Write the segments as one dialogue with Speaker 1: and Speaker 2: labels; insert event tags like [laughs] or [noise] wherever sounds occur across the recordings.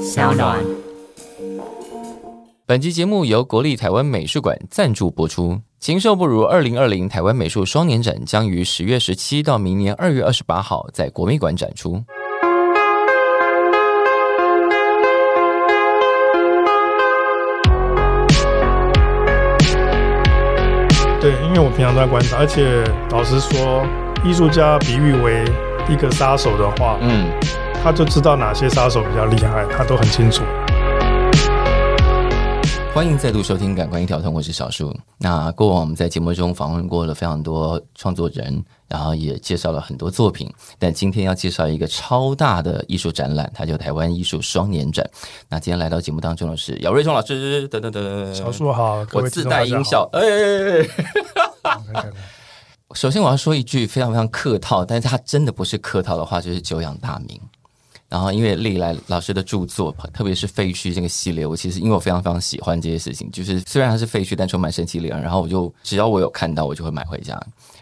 Speaker 1: 小暖。
Speaker 2: 本集节目由国立台湾美术馆赞助播出。禽兽不如二零二零台湾美术双年展将于十月十七到明年二月二十八号在国美馆展出。
Speaker 3: 对，因为我平常都在观察，而且老实说，艺术家比喻为一个杀手的话，
Speaker 2: 嗯，
Speaker 3: 他就知道哪些杀手比较厉害，他都很清楚。
Speaker 2: 嗯欢迎再度收听《感官一条通》，我是小树。那过往我们在节目中访问过了非常多创作人，然后也介绍了很多作品。但今天要介绍一个超大的艺术展览，它叫台湾艺术双年展。那今天来到节目当中的是姚瑞忠老师，等等等，
Speaker 3: 小树好，各
Speaker 2: 我
Speaker 3: 位
Speaker 2: 自
Speaker 3: 听众大
Speaker 2: 带
Speaker 3: 家
Speaker 2: 音
Speaker 3: 好
Speaker 2: 效。，哎哎哎哎！
Speaker 3: 看 [laughs] 看看
Speaker 2: 首先我要说一句非常非常客套，但是它真的不是客套的话，就是久仰大名。然后，因为历来老师的著作，特别是废墟这个系列，我其实因为我非常非常喜欢这些事情，就是虽然它是废墟，但充满神奇力量。然后我就只要我有看到，我就会买回家。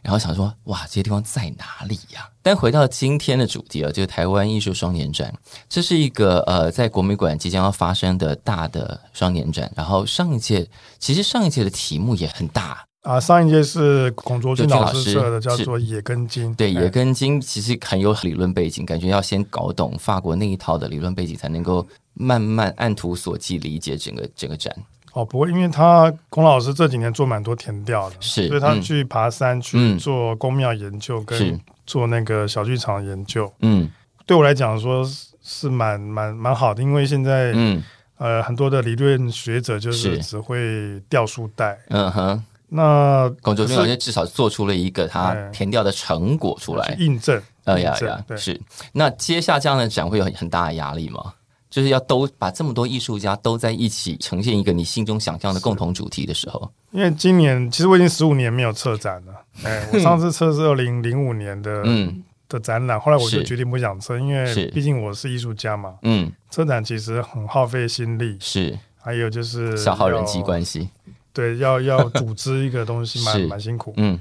Speaker 2: 然后想说，哇，这些地方在哪里呀、但回到今天的主题啊，就是台湾艺术双年展，这是一个呃，在国美馆即将要发生的大的双年展。然后上一届，其实上一届的题目也很大，
Speaker 3: 啊，上一届是孔卓君
Speaker 2: 就俊
Speaker 3: 老
Speaker 2: 老
Speaker 3: 师
Speaker 2: 师
Speaker 3: 设的，叫
Speaker 2: 是
Speaker 3: 做《野根经》。
Speaker 2: 对，
Speaker 3: 哎
Speaker 2: 也跟金其实很有理论背景，感觉要先搞懂法国那一套的理论背景，才能够慢慢按图索骥理解整个整个展。
Speaker 3: 哦，不过因为他孔老师这几年做蛮多填调的，
Speaker 2: 是
Speaker 3: 所以他
Speaker 2: 嗯
Speaker 3: 去爬山、去
Speaker 2: 嗯
Speaker 3: 做宫庙研究，
Speaker 2: 是
Speaker 3: 跟做那个小剧场研究。
Speaker 2: 嗯
Speaker 3: 对我来讲说是是蛮蛮蛮好的，因为现在、
Speaker 2: 嗯
Speaker 3: 呃很多的理论学者就是
Speaker 2: 是
Speaker 3: 只会掉书袋，
Speaker 2: 嗯哼，
Speaker 3: 那
Speaker 2: 龚卓君
Speaker 3: 可是
Speaker 2: 老师至少做出了一个他
Speaker 3: 哎
Speaker 2: 填掉的成果出来
Speaker 3: 去。印证，
Speaker 2: 哎
Speaker 3: 印
Speaker 2: 呀
Speaker 3: 证
Speaker 2: 呀，
Speaker 3: 对，
Speaker 2: 是。那接下这样的展会有很很大的压力吗？就是要都把这么多艺术家都在一起呈现一个你心中想象的共同主题的时候，
Speaker 3: 因为今年其实我已经十五年没有策展
Speaker 2: [laughs]
Speaker 3: 了，哎，我上次策是二零零五年的、
Speaker 2: 嗯
Speaker 3: 的展览，后来我就是决定不想策，因
Speaker 2: 是
Speaker 3: 为毕竟我是艺术家嘛，
Speaker 2: 嗯，
Speaker 3: 策展其实很耗费心力，
Speaker 2: 是
Speaker 3: 还有就是
Speaker 2: 消耗人际
Speaker 3: 要
Speaker 2: 关系，
Speaker 3: 对，要要组织一个东西
Speaker 2: [laughs]
Speaker 3: 蛮
Speaker 2: 是
Speaker 3: 蛮辛苦。
Speaker 2: 嗯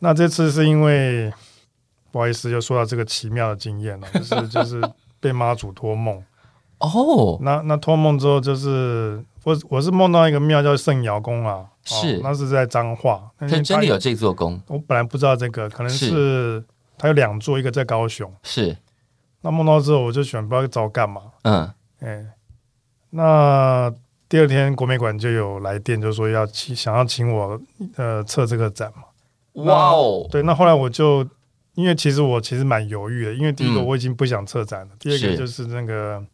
Speaker 3: 那这次是因为不好意思，又说到这个奇妙的经验了，就是就是被妈祖托梦。
Speaker 2: 哦，
Speaker 3: 那那托梦之后，就是我我是梦到一个庙叫圣尧宫啊，
Speaker 2: 是
Speaker 3: 哦、那是在彰化，那因
Speaker 2: 他
Speaker 3: 为
Speaker 2: 真
Speaker 3: 它
Speaker 2: 的有这座宫，
Speaker 3: 我本来不知道这个，可能
Speaker 2: 是
Speaker 3: 是它有两座，一个在高雄。
Speaker 2: 是
Speaker 3: 那梦到之后，我就选不知道找干嘛，
Speaker 2: 嗯。
Speaker 3: 哎、那。第二天，国美馆就有来电，就说要请想要请我呃测这个展嘛。
Speaker 2: 哇哦，
Speaker 3: 对，那后来我就因为其实我其实蛮犹豫的，因为第一个
Speaker 2: 嗯
Speaker 3: 我已经不想策展了，第二个
Speaker 2: 是
Speaker 3: 就是那个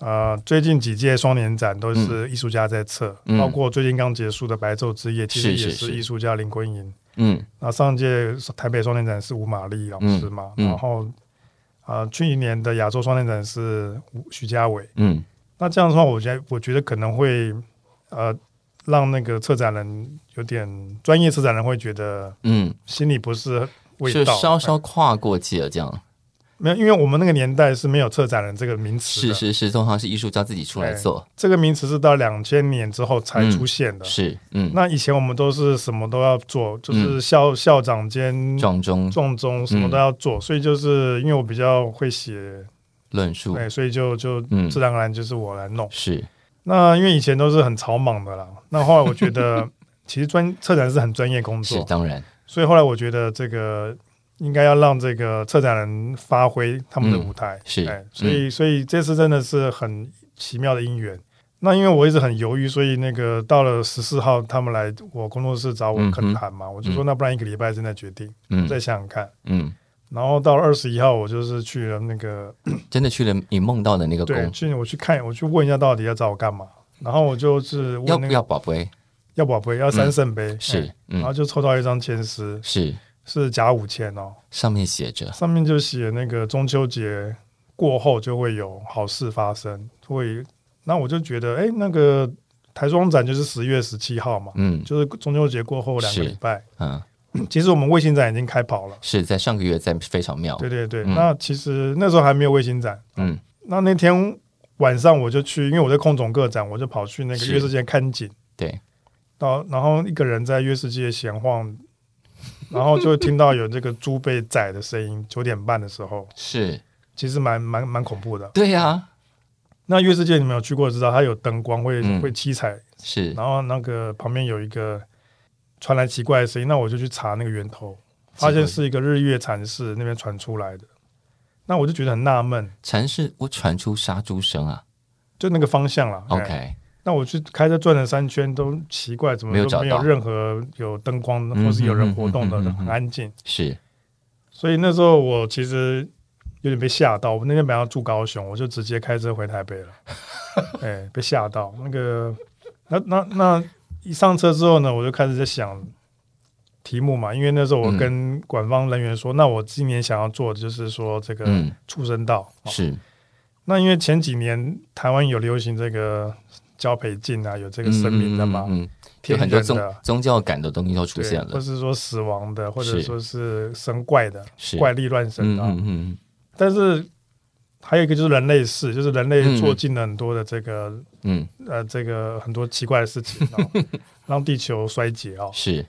Speaker 3: 呃，最近几届双年展都是艺术家在策，
Speaker 2: 嗯
Speaker 3: 包括最近刚结束的白昼之夜，其实
Speaker 2: 是
Speaker 3: 也
Speaker 2: 是
Speaker 3: 是
Speaker 2: 是
Speaker 3: 艺术家林坤银。
Speaker 2: 嗯
Speaker 3: 那上届台北双年展是吴玛丽老师嘛，
Speaker 2: 嗯嗯
Speaker 3: 然后呃去年的亚洲双年展是吴徐家伟。
Speaker 2: 嗯，
Speaker 3: 那这样的话，我觉得我觉得可能会呃让那个策展人有点专业策展人会觉得
Speaker 2: 嗯，
Speaker 3: 心里不是味
Speaker 2: 就
Speaker 3: 道，
Speaker 2: 稍稍
Speaker 3: 哎
Speaker 2: 跨过界了，这样
Speaker 3: 没有，因为我们那个年代是没有策展人这个名词
Speaker 2: 是
Speaker 3: 的，
Speaker 2: 是是，通常是艺术家自己出来做，
Speaker 3: 这个名词是到两千年之后才出现的。
Speaker 2: 是嗯，
Speaker 3: 那以前我们都是什么都要做，就是校、校长兼
Speaker 2: 撞钟
Speaker 3: 撞钟什
Speaker 2: 嗯
Speaker 3: 么都要做，所以就是因为我比较会写，
Speaker 2: 论述
Speaker 3: 对，所以就就
Speaker 2: 嗯
Speaker 3: 自然而然就是我来弄。
Speaker 2: 是
Speaker 3: 那因为以前都是很草莽的啦，那后来我
Speaker 2: [laughs]
Speaker 3: 觉得其实专策展是很专业工
Speaker 2: 是
Speaker 3: 作，
Speaker 2: 当然，
Speaker 3: 所以后来我觉得这个应该要让这个策展人发挥他
Speaker 2: 嗯
Speaker 3: 们的舞台，
Speaker 2: 是
Speaker 3: 哎，所以所以这次真的是很奇妙的因缘。那因为我一直很犹豫，所以那个到了十四号，他们来我工作室找我
Speaker 2: 嗯哼
Speaker 3: 恳谈嘛，我就说那不然一个礼拜之内决定，
Speaker 2: 嗯
Speaker 3: 再想想看。
Speaker 2: 嗯，
Speaker 3: 然后到了二十一号，我就是去了那个
Speaker 2: 真的去了你梦到的那个
Speaker 3: 对，
Speaker 2: 宫，
Speaker 3: 去我去看，我去问一下到底要找我干嘛。然后我就是问
Speaker 2: 要不
Speaker 3: 那个哎
Speaker 2: 要宝贝？
Speaker 3: 要宝贝，要三圣杯，
Speaker 2: 是
Speaker 3: 哎然后
Speaker 2: 嗯
Speaker 3: 就抽到一张签诗，
Speaker 2: 是，
Speaker 3: 是甲午签哦，
Speaker 2: 上面写着
Speaker 3: 上面就写那个中秋节过后就会有好事发生，会。那我就觉得，哎，那个台中展就是十月十七号嘛，
Speaker 2: 嗯
Speaker 3: 就是中秋节过后两
Speaker 2: 是
Speaker 3: 个
Speaker 2: 哦
Speaker 3: 礼拜。
Speaker 2: 嗯，
Speaker 3: 其实我们卫星展已经开跑了，
Speaker 2: 是在上个月在非常妙，
Speaker 3: 对对对。
Speaker 2: 嗯
Speaker 3: 那其实那时候还没有卫星展，
Speaker 2: 嗯
Speaker 3: 那那天晚上我就去，因为我在空总个展，我就跑去那个
Speaker 2: 是
Speaker 3: 月世界看景。
Speaker 2: 对，
Speaker 3: 到然后一个人在月世界闲晃，然后就听到有这个猪被宰的声音。九点半的时候，
Speaker 2: 是，
Speaker 3: 其实蛮蛮蛮恐怖的。
Speaker 2: 对呀，
Speaker 3: 那月世界你们有去过，知道它有灯光会、
Speaker 2: 嗯
Speaker 3: 会七彩，
Speaker 2: 是
Speaker 3: 然后那个旁边有一个传来奇怪的声音，那我就去查那个源头，发现是一个日月禅寺那边传出来的。那我就觉得很纳闷，
Speaker 2: 禅是我传出杀猪声啊
Speaker 3: 就那个方向啦。哎
Speaker 2: OK，
Speaker 3: 那我去开车转了三圈，都奇怪，怎么
Speaker 2: 没有
Speaker 3: 都
Speaker 2: 找
Speaker 3: 没有
Speaker 2: 到
Speaker 3: 任何有灯光
Speaker 2: 嗯
Speaker 3: 或是有人活动的
Speaker 2: 嗯嗯嗯嗯，嗯
Speaker 3: 很安静。
Speaker 2: 是
Speaker 3: 所以那时候我其实有点被吓到，我那天本来要住高雄，我就直接开车回台北
Speaker 2: [laughs]
Speaker 3: 了。哎、被吓到那个，那那那一上车之后呢，我就开始在想题目嘛，因为那时候我
Speaker 2: 嗯
Speaker 3: 跟管方人员说，那我今年想要做的就是说这个
Speaker 2: 嗯
Speaker 3: 畜生道。哦
Speaker 2: 是
Speaker 3: 那因为前几年台湾有流行这个交配禁啊，有这个声明的嘛，
Speaker 2: 嗯嗯嗯嗯有
Speaker 3: 天
Speaker 2: 很
Speaker 3: 人
Speaker 2: 多
Speaker 3: 的
Speaker 2: 宗宗教感的东西都出
Speaker 3: 对
Speaker 2: 现
Speaker 3: 或
Speaker 2: 了，
Speaker 3: 是说死亡的，或者
Speaker 2: 是
Speaker 3: 说是生怪的、
Speaker 2: 是
Speaker 3: 怪力乱神
Speaker 2: 嗯
Speaker 3: 的啊、
Speaker 2: 嗯嗯
Speaker 3: 但是还有一个就是人类世，就是人类做尽了很多的这个、
Speaker 2: 嗯，
Speaker 3: 呃这个很多奇怪的事情、哦， [laughs] 让地球衰竭哦
Speaker 2: 嗯。是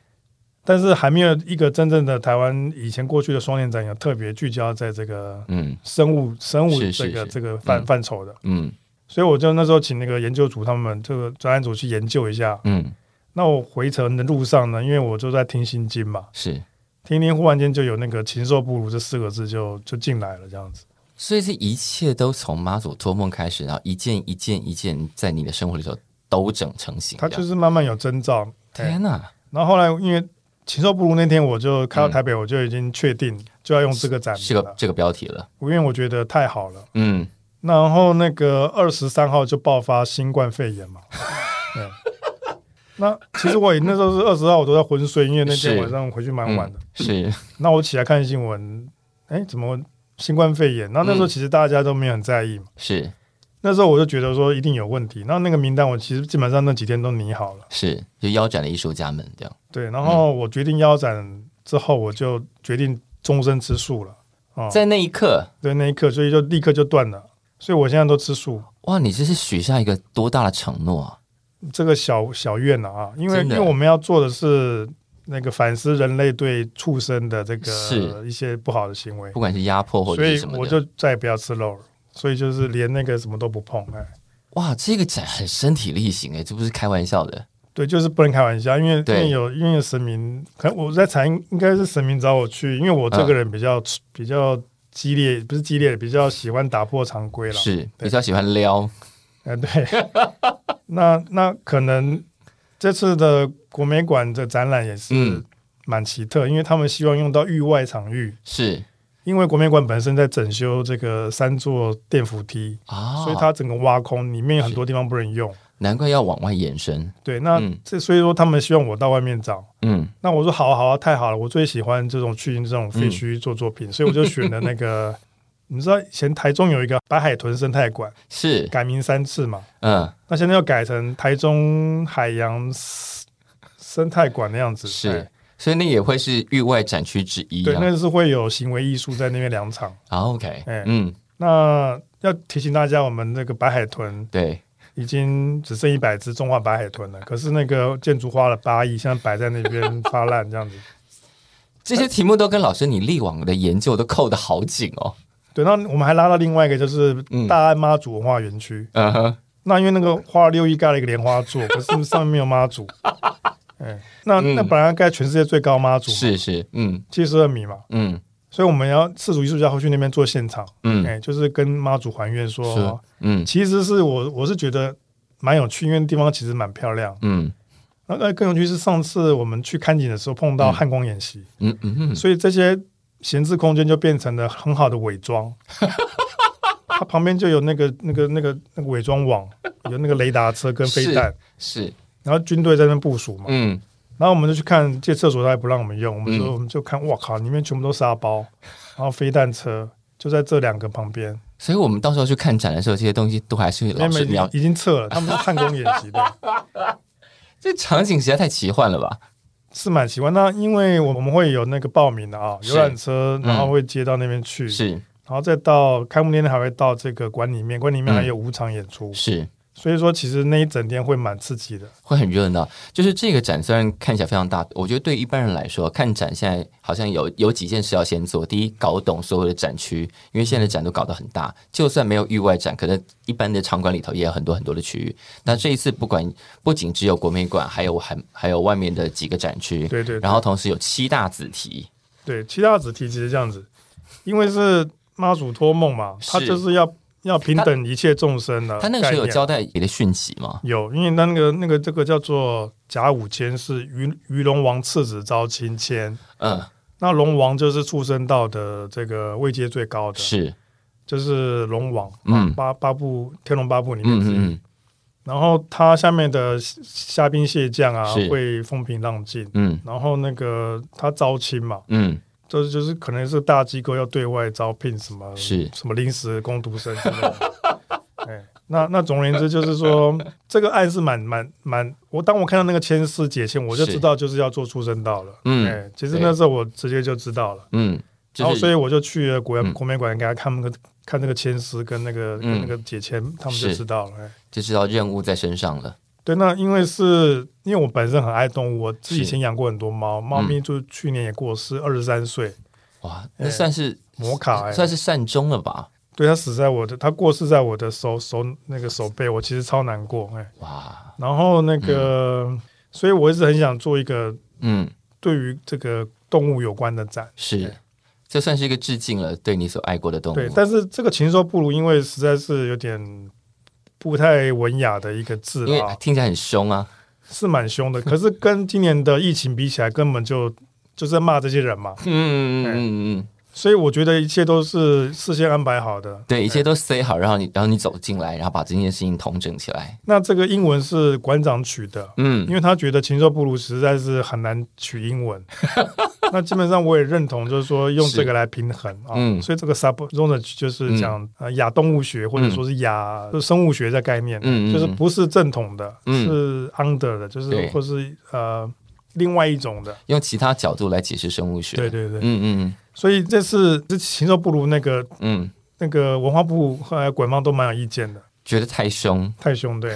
Speaker 3: 但是还没有一个真正的台湾以前过去的双年展有特别聚焦在这个
Speaker 2: 嗯
Speaker 3: 生物生物
Speaker 2: 是是
Speaker 3: 这个
Speaker 2: 是
Speaker 3: 这个范
Speaker 2: 嗯
Speaker 3: 范畴的。
Speaker 2: 嗯
Speaker 3: 所以我就那时候请那个研究组他们这个专案组去研究一下。
Speaker 2: 嗯
Speaker 3: 那我回程的路上呢，因为我就在听心经嘛，
Speaker 2: 是，
Speaker 3: 听听忽然间就有那个“禽兽不如”这四个字就就进来了，这样子。
Speaker 2: 所以这一切都从妈祖托梦开始，然后一件一件一件在你的生活里头都整成型这
Speaker 3: 它
Speaker 2: 样。
Speaker 3: 就是慢慢有征兆。哎
Speaker 2: 天哪，
Speaker 3: 然后后来因为禽兽不如那天，我就开到台北，我就已经确定就要用这个展
Speaker 2: 嗯是
Speaker 3: 名
Speaker 2: 个
Speaker 3: 了，
Speaker 2: 这个标题了，
Speaker 3: 因为我觉得太好了。
Speaker 2: 嗯，
Speaker 3: 然后那个二十三号就爆发新冠肺炎
Speaker 2: [laughs]
Speaker 3: 嘛，对。那其实我也那时候是二十号，我都在昏睡，因为那天
Speaker 2: 是
Speaker 3: 晚上回去蛮
Speaker 2: 嗯
Speaker 3: 晚的。
Speaker 2: 是
Speaker 3: 那我起来看新闻，哎，怎么新冠肺炎？那
Speaker 2: 嗯
Speaker 3: 那时候其实大家都没有很在意嘛。
Speaker 2: 是
Speaker 3: 那时候我就觉得说一定有问题。那那个名单我其实基本上那几天都拟好了。
Speaker 2: 是，就腰斩了艺术家们这样，
Speaker 3: 对，然
Speaker 2: 嗯
Speaker 3: 后我决定腰斩之后，我就决定终身吃素了。哦，
Speaker 2: 在那一刻，
Speaker 3: 对，那一刻，所以就立刻就断了。所以我现在都吃素，
Speaker 2: 哇，你这是许下一个多大的承诺啊！
Speaker 3: 这个小小愿了啊，因为
Speaker 2: 真
Speaker 3: 因
Speaker 2: 的
Speaker 3: 为我们要做的是那个反思人类对畜生的这个
Speaker 2: 是
Speaker 3: 一些不好的行为
Speaker 2: 不，管是压迫或者
Speaker 3: 所
Speaker 2: 是
Speaker 3: 以
Speaker 2: 什么
Speaker 3: 我
Speaker 2: 的，
Speaker 3: 就再也不要吃肉了。所以就是连那个什么都不碰，哎，
Speaker 2: 哇，这个展很身体力行哎、这不是开玩笑的，
Speaker 3: 对，就是不能开玩笑，因为因
Speaker 2: 对
Speaker 3: 为有因为有神明，可能我在猜应应该是神明找我去，因为我
Speaker 2: 嗯
Speaker 3: 这个人比较、比较激烈，不是激烈，比较喜欢打破常规了，
Speaker 2: 是
Speaker 3: 对
Speaker 2: 比较喜欢撩，
Speaker 3: 哎，对， [laughs] 那那可能这次的国美馆的展览也是
Speaker 2: 嗯
Speaker 3: 蛮奇特，因为他们希望用到域外场域，
Speaker 2: 是
Speaker 3: 因为国美馆本身在整修这个三座电扶梯，
Speaker 2: 啊，
Speaker 3: 所以它整个挖空，里面有很多地方不能用。
Speaker 2: 难怪要往外延伸，
Speaker 3: 对，那
Speaker 2: 嗯
Speaker 3: 这所以说他们希望我到外面找。
Speaker 2: 嗯，
Speaker 3: 那我说好啊好啊，太好了！我最喜欢这种去这种废
Speaker 2: 嗯
Speaker 3: 墟做作品，所以我就选了那
Speaker 2: [laughs]
Speaker 3: 个，你知道以前台中有一个白海豚生态馆，
Speaker 2: 是，
Speaker 3: 改名三次嘛，
Speaker 2: 嗯，
Speaker 3: 那现在要改成台中海洋 s- 生态馆的样子，
Speaker 2: 是
Speaker 3: 哎，
Speaker 2: 所以那也会是域外展区之一
Speaker 3: 对，
Speaker 2: 啊。
Speaker 3: 那是会有行为艺术在那边两场。
Speaker 2: 啊，OK，
Speaker 3: 哎
Speaker 2: 嗯，
Speaker 3: 那要提醒大家，我们那个白海豚
Speaker 2: 对，
Speaker 3: 已经只剩一百只中华白海豚了，可是那个建筑花了八亿，现在摆在那边发烂这样子。
Speaker 2: 这些题目都跟老师你历往的研究都扣得好紧哦。
Speaker 3: 对，那我们还拉到另外一个，就是
Speaker 2: 嗯
Speaker 3: 大安妈祖文化园区。
Speaker 2: 嗯哼，
Speaker 3: 那因为那个花了六亿盖了一个莲花座，可是上面没有
Speaker 2: [laughs]
Speaker 3: 妈祖。哎，那那
Speaker 2: 嗯
Speaker 3: 本来要盖全世界最高妈祖嘛，
Speaker 2: 是是，嗯
Speaker 3: 七十二米嘛，
Speaker 2: 嗯
Speaker 3: 所以我们要四组艺术家会去那边做现场，哎、
Speaker 2: 嗯，
Speaker 3: 就是跟妈祖还愿说
Speaker 2: 是，，嗯
Speaker 3: 其实是我我是觉得蛮有趣，因为地方其实蛮漂亮。
Speaker 2: 嗯
Speaker 3: 那那更有趣是上次我们去看景的时候碰到汉光演习，
Speaker 2: 嗯嗯嗯，
Speaker 3: 所以这些闲置空间就变成了很好的
Speaker 2: [laughs]
Speaker 3: 伪装。它旁边就有那个那个那个那个伪装网，有那个雷达车跟飞弹，
Speaker 2: 是，
Speaker 3: 然后军队在那边部署嘛。
Speaker 2: 嗯
Speaker 3: 然后我们就去看借厕所，他也不让我们用，我们说、我们就看，哇靠，里面全部都沙包，然后飞弹车就在这两个旁边，
Speaker 2: 所以我们到时候去看展的时候，这些东西都还是
Speaker 3: 他
Speaker 2: 老
Speaker 3: 们
Speaker 2: 师
Speaker 3: 已
Speaker 2: 你要
Speaker 3: 经，已经撤了，他们是探工演
Speaker 2: [laughs]
Speaker 3: 习的，
Speaker 2: 这场景实在太奇幻了吧？
Speaker 3: 是蛮奇怪。那因为我们会有那个报名的啊，
Speaker 2: 是
Speaker 3: 游览车，
Speaker 2: 嗯
Speaker 3: 然后会接到那边去，
Speaker 2: 是
Speaker 3: 然后再到开幕那天还会到这个馆里面，馆里面
Speaker 2: 嗯
Speaker 3: 还有五场演出，
Speaker 2: 是，
Speaker 3: 所以说其实那一整天会蛮刺激的。
Speaker 2: 会很热闹。就是这个展虽然看起来非常大，我觉得对一般人来说，看展现在好像有有几件事要先做。第一，搞懂所有的展区，因为现在的展都搞得很大，就算没有域外展，可能一般的场馆里头也有很多很多的区域。那这一次不管不仅只有国美馆，还有还还有外面的几个展区，
Speaker 3: 对对对
Speaker 2: 然后同时有七大子题，
Speaker 3: 对，七大子题其实这样子，因为是妈祖托梦嘛，
Speaker 2: 是
Speaker 3: 他就是要要平等一切众生的概念。
Speaker 2: 他那个时候有交代你的讯息吗？
Speaker 3: 有，因为那个那个这个叫做甲午签是鱼鱼龙王赤子招亲签，
Speaker 2: 嗯，
Speaker 3: 那龙王就是畜生道的这个位阶最高的，
Speaker 2: 是，
Speaker 3: 就是龙王，
Speaker 2: 嗯
Speaker 3: 八八部天龙八部里面
Speaker 2: 嗯
Speaker 3: 之一。
Speaker 2: 嗯
Speaker 3: 然后他下面的虾虾兵蟹将啊
Speaker 2: 是，
Speaker 3: 会风平浪静。
Speaker 2: 嗯
Speaker 3: 然后那个他招亲嘛，
Speaker 2: 嗯
Speaker 3: 就是就是可能是大机构要对外招聘什么
Speaker 2: 嗯， [laughs] 是，
Speaker 3: 什么临时工读生之类的。 [laughs] 哎，那那总而言之就是说，这个案是蛮蛮蛮，我当我看到那个签诗解签，我就是知道就是要做出生道了。
Speaker 2: 嗯
Speaker 3: 哎，其实
Speaker 2: 对
Speaker 3: 那时候我直接就知道了，
Speaker 2: 嗯，
Speaker 3: 然后
Speaker 2: 就
Speaker 3: 所
Speaker 2: 是
Speaker 3: 以我就去了国
Speaker 2: 嗯
Speaker 3: 国美馆给他看那个看那个签诗跟那个跟
Speaker 2: 嗯
Speaker 3: 那个解签，他们就是知道了。哎
Speaker 2: 就知道任务在身上了，
Speaker 3: 对，那因为是因为我本身很爱动物，我自己以
Speaker 2: 是嗯
Speaker 3: 前养过很多猫，猫咪就去年也过世，二十三岁，
Speaker 2: 哇，
Speaker 3: 哎
Speaker 2: 那算是
Speaker 3: 摩卡、哎
Speaker 2: 算是善终了吧？
Speaker 3: 对，它死在我的，它过世在我的手手那个手背，我其实超难过，哎，
Speaker 2: 哇，
Speaker 3: 然后那个，所以我一直很想做一个
Speaker 2: 嗯，
Speaker 3: 对于这个动物有关的展，
Speaker 2: 是
Speaker 3: 对，
Speaker 2: 这算是一个致敬了，对你所爱过的动物。
Speaker 3: 对，但是这个禽兽不如，因为实在是有点不太文雅的一个字
Speaker 2: 因为
Speaker 3: 啊，
Speaker 2: 听起来很凶啊，
Speaker 3: 是蛮凶的，可是跟今年的疫情比起来，根本就就是在骂这些人嘛，
Speaker 2: 嗯嗯
Speaker 3: 哎
Speaker 2: 嗯嗯，
Speaker 3: 所以我觉得一切都是事先安排好的。
Speaker 2: 对，一切都塞好，然后你然后你走进来，然后把这件事情统整起来，
Speaker 3: 那这个英文是馆长取的，因
Speaker 2: 嗯，
Speaker 3: 为他觉得禽兽不如实在是很难取英
Speaker 2: [laughs]
Speaker 3: 文。那基本上我也认同，就是说用这个来平衡啊。
Speaker 2: 嗯
Speaker 3: 所以这个 sub r o n a 就是讲呃亚动物学或者说是亚、就是生物学的概念，
Speaker 2: 嗯嗯嗯嗯
Speaker 3: 就是不是正统的，
Speaker 2: 嗯
Speaker 3: 是 under 的，就是
Speaker 2: 对
Speaker 3: 或是呃另外一种的。
Speaker 2: 用其他角度来解释生物学，
Speaker 3: 对对对，
Speaker 2: 嗯嗯
Speaker 3: 所以这次这禽兽不如那个
Speaker 2: 嗯嗯，
Speaker 3: 那个文化部和馆方都蛮有意见的，
Speaker 2: 觉得太凶，
Speaker 3: 太
Speaker 2: [laughs]
Speaker 3: 凶对。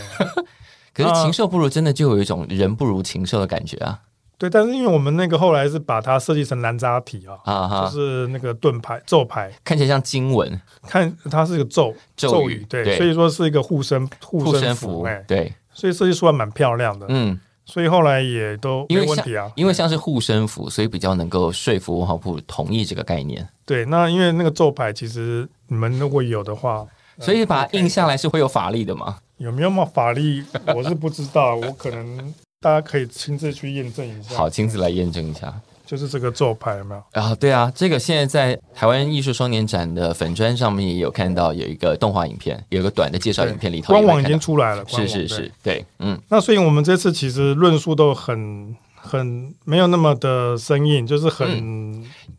Speaker 2: 可是
Speaker 3: 啊
Speaker 2: 禽兽不如真的就有一种人不如禽兽的感觉啊
Speaker 3: 对，但是因为我们那个后来是把它设计成蓝扎体啊，
Speaker 2: 啊哈，
Speaker 3: 就是那个盾牌咒牌，
Speaker 2: 看起来像经文
Speaker 3: 看它是个咒
Speaker 2: 咒
Speaker 3: 语，对，
Speaker 2: 对，
Speaker 3: 所以说是一个护身护
Speaker 2: 护身
Speaker 3: 符，
Speaker 2: 符
Speaker 3: 哎，，
Speaker 2: 对，
Speaker 3: 所以设计出来蛮漂亮的，
Speaker 2: 嗯。
Speaker 3: 所以后来也都
Speaker 2: 因
Speaker 3: 没
Speaker 2: 为
Speaker 3: 问
Speaker 2: 像
Speaker 3: 题啊。
Speaker 2: 因为像是护身符，所以比较能够说服文化部同意这个概念，
Speaker 3: 对，那因为那个咒牌其实你们如果有的话，
Speaker 2: 所以把它印下来是会有法力的嘛？
Speaker 3: 有没有嘛法力，我是不知道，我可能大家可以亲自去验证一下。
Speaker 2: 好，亲自来验证一下。
Speaker 3: 就是这个咒牌有没有？
Speaker 2: 啊，对啊，这个现在在台湾艺术双年展的粉砖上面也有看到有一个动画影片，有一个短的介绍影片里头
Speaker 3: 官
Speaker 2: 也会
Speaker 3: 网已
Speaker 2: 看
Speaker 3: 经
Speaker 2: 到，
Speaker 3: 出来了，官
Speaker 2: 是
Speaker 3: 网
Speaker 2: 是
Speaker 3: 对
Speaker 2: 是，对，嗯
Speaker 3: 那所以我们这次其实论述都很很没有那么的生硬，就是很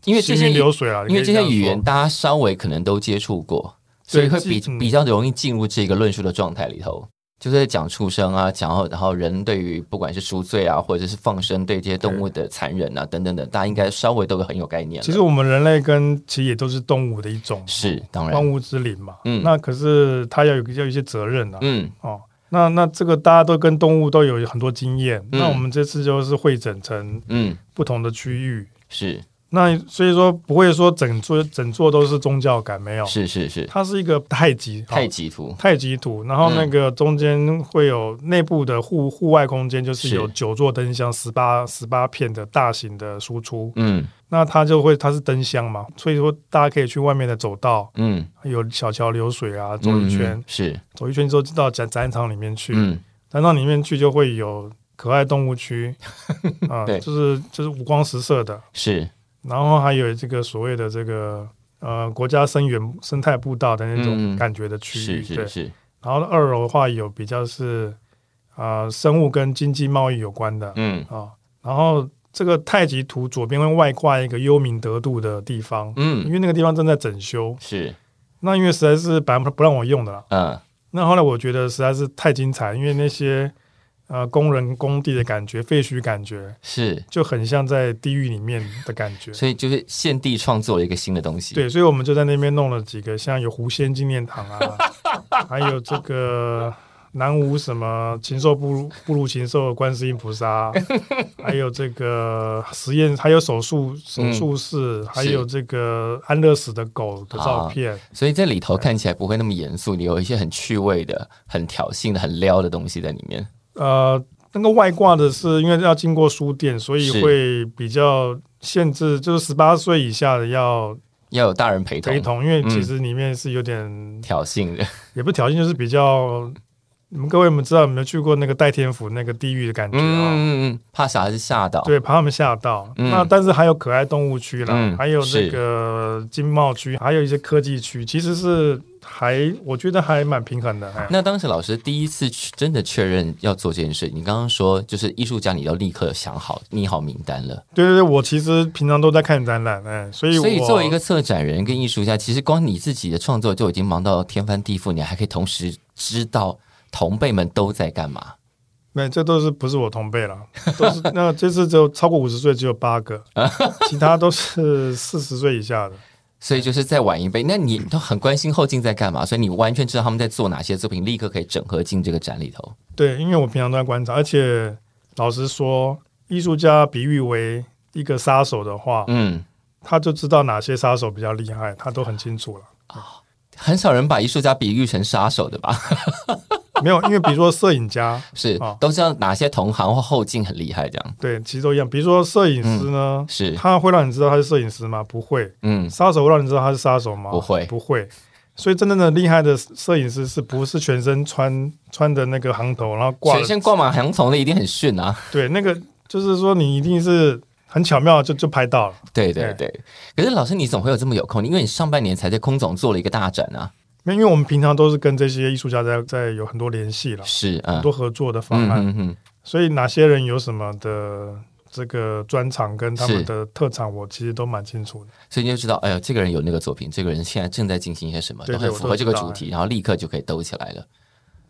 Speaker 2: 因为这
Speaker 3: 行
Speaker 2: 些
Speaker 3: 云流水啊，
Speaker 2: 因为这些语言
Speaker 3: 你
Speaker 2: 大家稍微可能都接触过，所以
Speaker 3: 对
Speaker 2: 会
Speaker 3: 这
Speaker 2: 比
Speaker 3: 嗯
Speaker 2: 比较容易进入这个论述的状态里头，就是在讲畜生啊，讲后然后人对于不管是赎罪啊，或者是放生对这些动物的残忍啊等等等，大家应该稍微都很有概念
Speaker 3: 可
Speaker 2: 了。
Speaker 3: 以这样说。其实我们人类跟其实也都是动物的一种，
Speaker 2: 是当
Speaker 3: 万
Speaker 2: 然，
Speaker 3: 物之灵嘛。
Speaker 2: 嗯
Speaker 3: 那可是它要有要有一些责任啊。
Speaker 2: 嗯
Speaker 3: 哦，那那这个大家都跟动物都有很多经验，那我们这次就是会整成
Speaker 2: 嗯
Speaker 3: 不同的区域。
Speaker 2: 是
Speaker 3: 那所以说不会说整座整座都是宗教感，没有，
Speaker 2: 是是是，
Speaker 3: 它是一个太极哦
Speaker 2: 太极嗯图
Speaker 3: 太极图，然后那个中间会有内部的户户外空间，就是
Speaker 2: 是
Speaker 3: 有九座灯箱，十八十八片的大型的输出。
Speaker 2: 嗯
Speaker 3: 那它就会它是灯箱嘛，所以说大家可以去外面的走道，
Speaker 2: 嗯，
Speaker 3: 有小桥流水啊，走一圈，
Speaker 2: 嗯嗯是
Speaker 3: 走一圈之后就到展展场里面去，
Speaker 2: 嗯
Speaker 3: 展场里面去就会有可爱动
Speaker 2: [laughs]
Speaker 3: 物区，啊、
Speaker 2: 对
Speaker 3: 就是就是五光十色的，
Speaker 2: 是
Speaker 3: 然后还有这个所谓的这个。呃，国家生源生态步道的那种
Speaker 2: 嗯
Speaker 3: 感觉的区域，
Speaker 2: 是
Speaker 3: 对
Speaker 2: 是，是
Speaker 3: 然后二楼的话有比较是啊生物跟经济贸易有关的啊、
Speaker 2: 嗯
Speaker 3: 然后这个太极图左边会外挂一个幽冥得度的地方，因
Speaker 2: 嗯
Speaker 3: 为那个地方正在整修，
Speaker 2: 是
Speaker 3: 那因为实在是本来不让我用的啦。
Speaker 2: 嗯
Speaker 3: 那后来我觉得实在是太精彩，因为那些呃工人工地的感觉、废墟感觉，
Speaker 2: 是，
Speaker 3: 就很像在地狱里面的感觉。
Speaker 2: 所以就是现地创作了一个新的东西。
Speaker 3: 对，所以我们就在那边弄了几个，像有狐仙纪念堂啊，还有这个南无什么禽兽不如不如禽兽的观世音菩萨，还有这个实验，还有手术手术室，还有这个安乐死的狗的照片。
Speaker 2: 所以这里头看起来不会那么严肃，你有一些很趣味的、很挑衅的、很撩的东西在里面。
Speaker 3: 呃，那个外挂的是因为要经过书店，所以
Speaker 2: 是
Speaker 3: 会比较限制，就是十八岁以下的要
Speaker 2: 要有大人陪同，
Speaker 3: 陪同，因为
Speaker 2: 嗯
Speaker 3: 其实里面是有点、
Speaker 2: 挑衅的，
Speaker 3: 也不挑衅，就是啊比较。你们各位，有没有知道有没有去过那个戴天府那个地狱的感觉
Speaker 2: 嗯
Speaker 3: 啊？
Speaker 2: 嗯嗯，怕小孩子吓到，
Speaker 3: 对，把他们吓到。
Speaker 2: 嗯
Speaker 3: 那但是还有可爱动物区啦，
Speaker 2: 嗯
Speaker 3: 还有那
Speaker 2: 是
Speaker 3: 个经贸区，还有一些科技区，其实是还我觉得还蛮平衡的。哎
Speaker 2: 那当时老师第一次去真的确认要做这件事，你刚刚说就是艺术家，你都立刻想好拟好名单了。
Speaker 3: 对对对，我其实平常都在看展览，哎，所以我
Speaker 2: 所以作为一个策展人跟艺术家，其实光你自己的创作就已经忙到天翻地覆，你还可以同时知道同辈们都在干嘛。
Speaker 3: 没，这都是不是我同辈了，都是那这次只有超过五十岁只有八个，
Speaker 2: [laughs]
Speaker 3: 其他都是四十岁以下的。
Speaker 2: 所以就是再晚一
Speaker 3: 嗯
Speaker 2: 辈，那你都很关心后进在干嘛，所以你完全知道他们在做哪些作品，立刻可以整合进这个展里头。
Speaker 3: 对，因为我平常都在观察，而且老实说，艺术家比喻为一个杀手的话，
Speaker 2: 嗯，
Speaker 3: 他就知道哪些杀手比较厉害，他都很清楚了。
Speaker 2: 很少人把艺术家比喻成杀手的吧？ [laughs]
Speaker 3: 没有，因为比如说摄影家，
Speaker 2: 是
Speaker 3: 哦，
Speaker 2: 都知道哪些同行或后进很厉害，这样
Speaker 3: 对，其实都一样。比如说摄影师呢，
Speaker 2: 嗯是
Speaker 3: 他会让你知道他是摄影师吗？不会。
Speaker 2: 嗯
Speaker 3: 杀手会让你知道他是杀手吗？
Speaker 2: 不会
Speaker 3: 不会。所以真正的厉害的摄影师是不是全身穿穿的那个行头，然后挂
Speaker 2: 全
Speaker 3: 了
Speaker 2: 身挂满红虫的一定很逊啊。 [laughs]
Speaker 3: 对那个，就是说你一定是很巧妙就就拍到了。
Speaker 2: 对对
Speaker 3: 哎
Speaker 2: 对，可是老师你总会有这么有空，因为你上半年才在空总做了一个大展啊，
Speaker 3: 没有因为我们平常都是跟这些艺术家在在有很多联系了，
Speaker 2: 是
Speaker 3: 很
Speaker 2: 嗯
Speaker 3: 多合作的方
Speaker 2: 嗯
Speaker 3: 案，
Speaker 2: 嗯嗯，
Speaker 3: 所以哪些人有什么的这个专场跟他
Speaker 2: 是
Speaker 3: 们的特场，我其实都蛮清楚的。
Speaker 2: 所以你就知道，哎呦，这个人有那个作品，这个人现在正在进行一些什么，
Speaker 3: 对
Speaker 2: 都
Speaker 3: 对
Speaker 2: 很
Speaker 3: 我
Speaker 2: 符
Speaker 3: 都
Speaker 2: 合这个
Speaker 3: 知道哎
Speaker 2: 主题，然后立刻就可以兜起来了。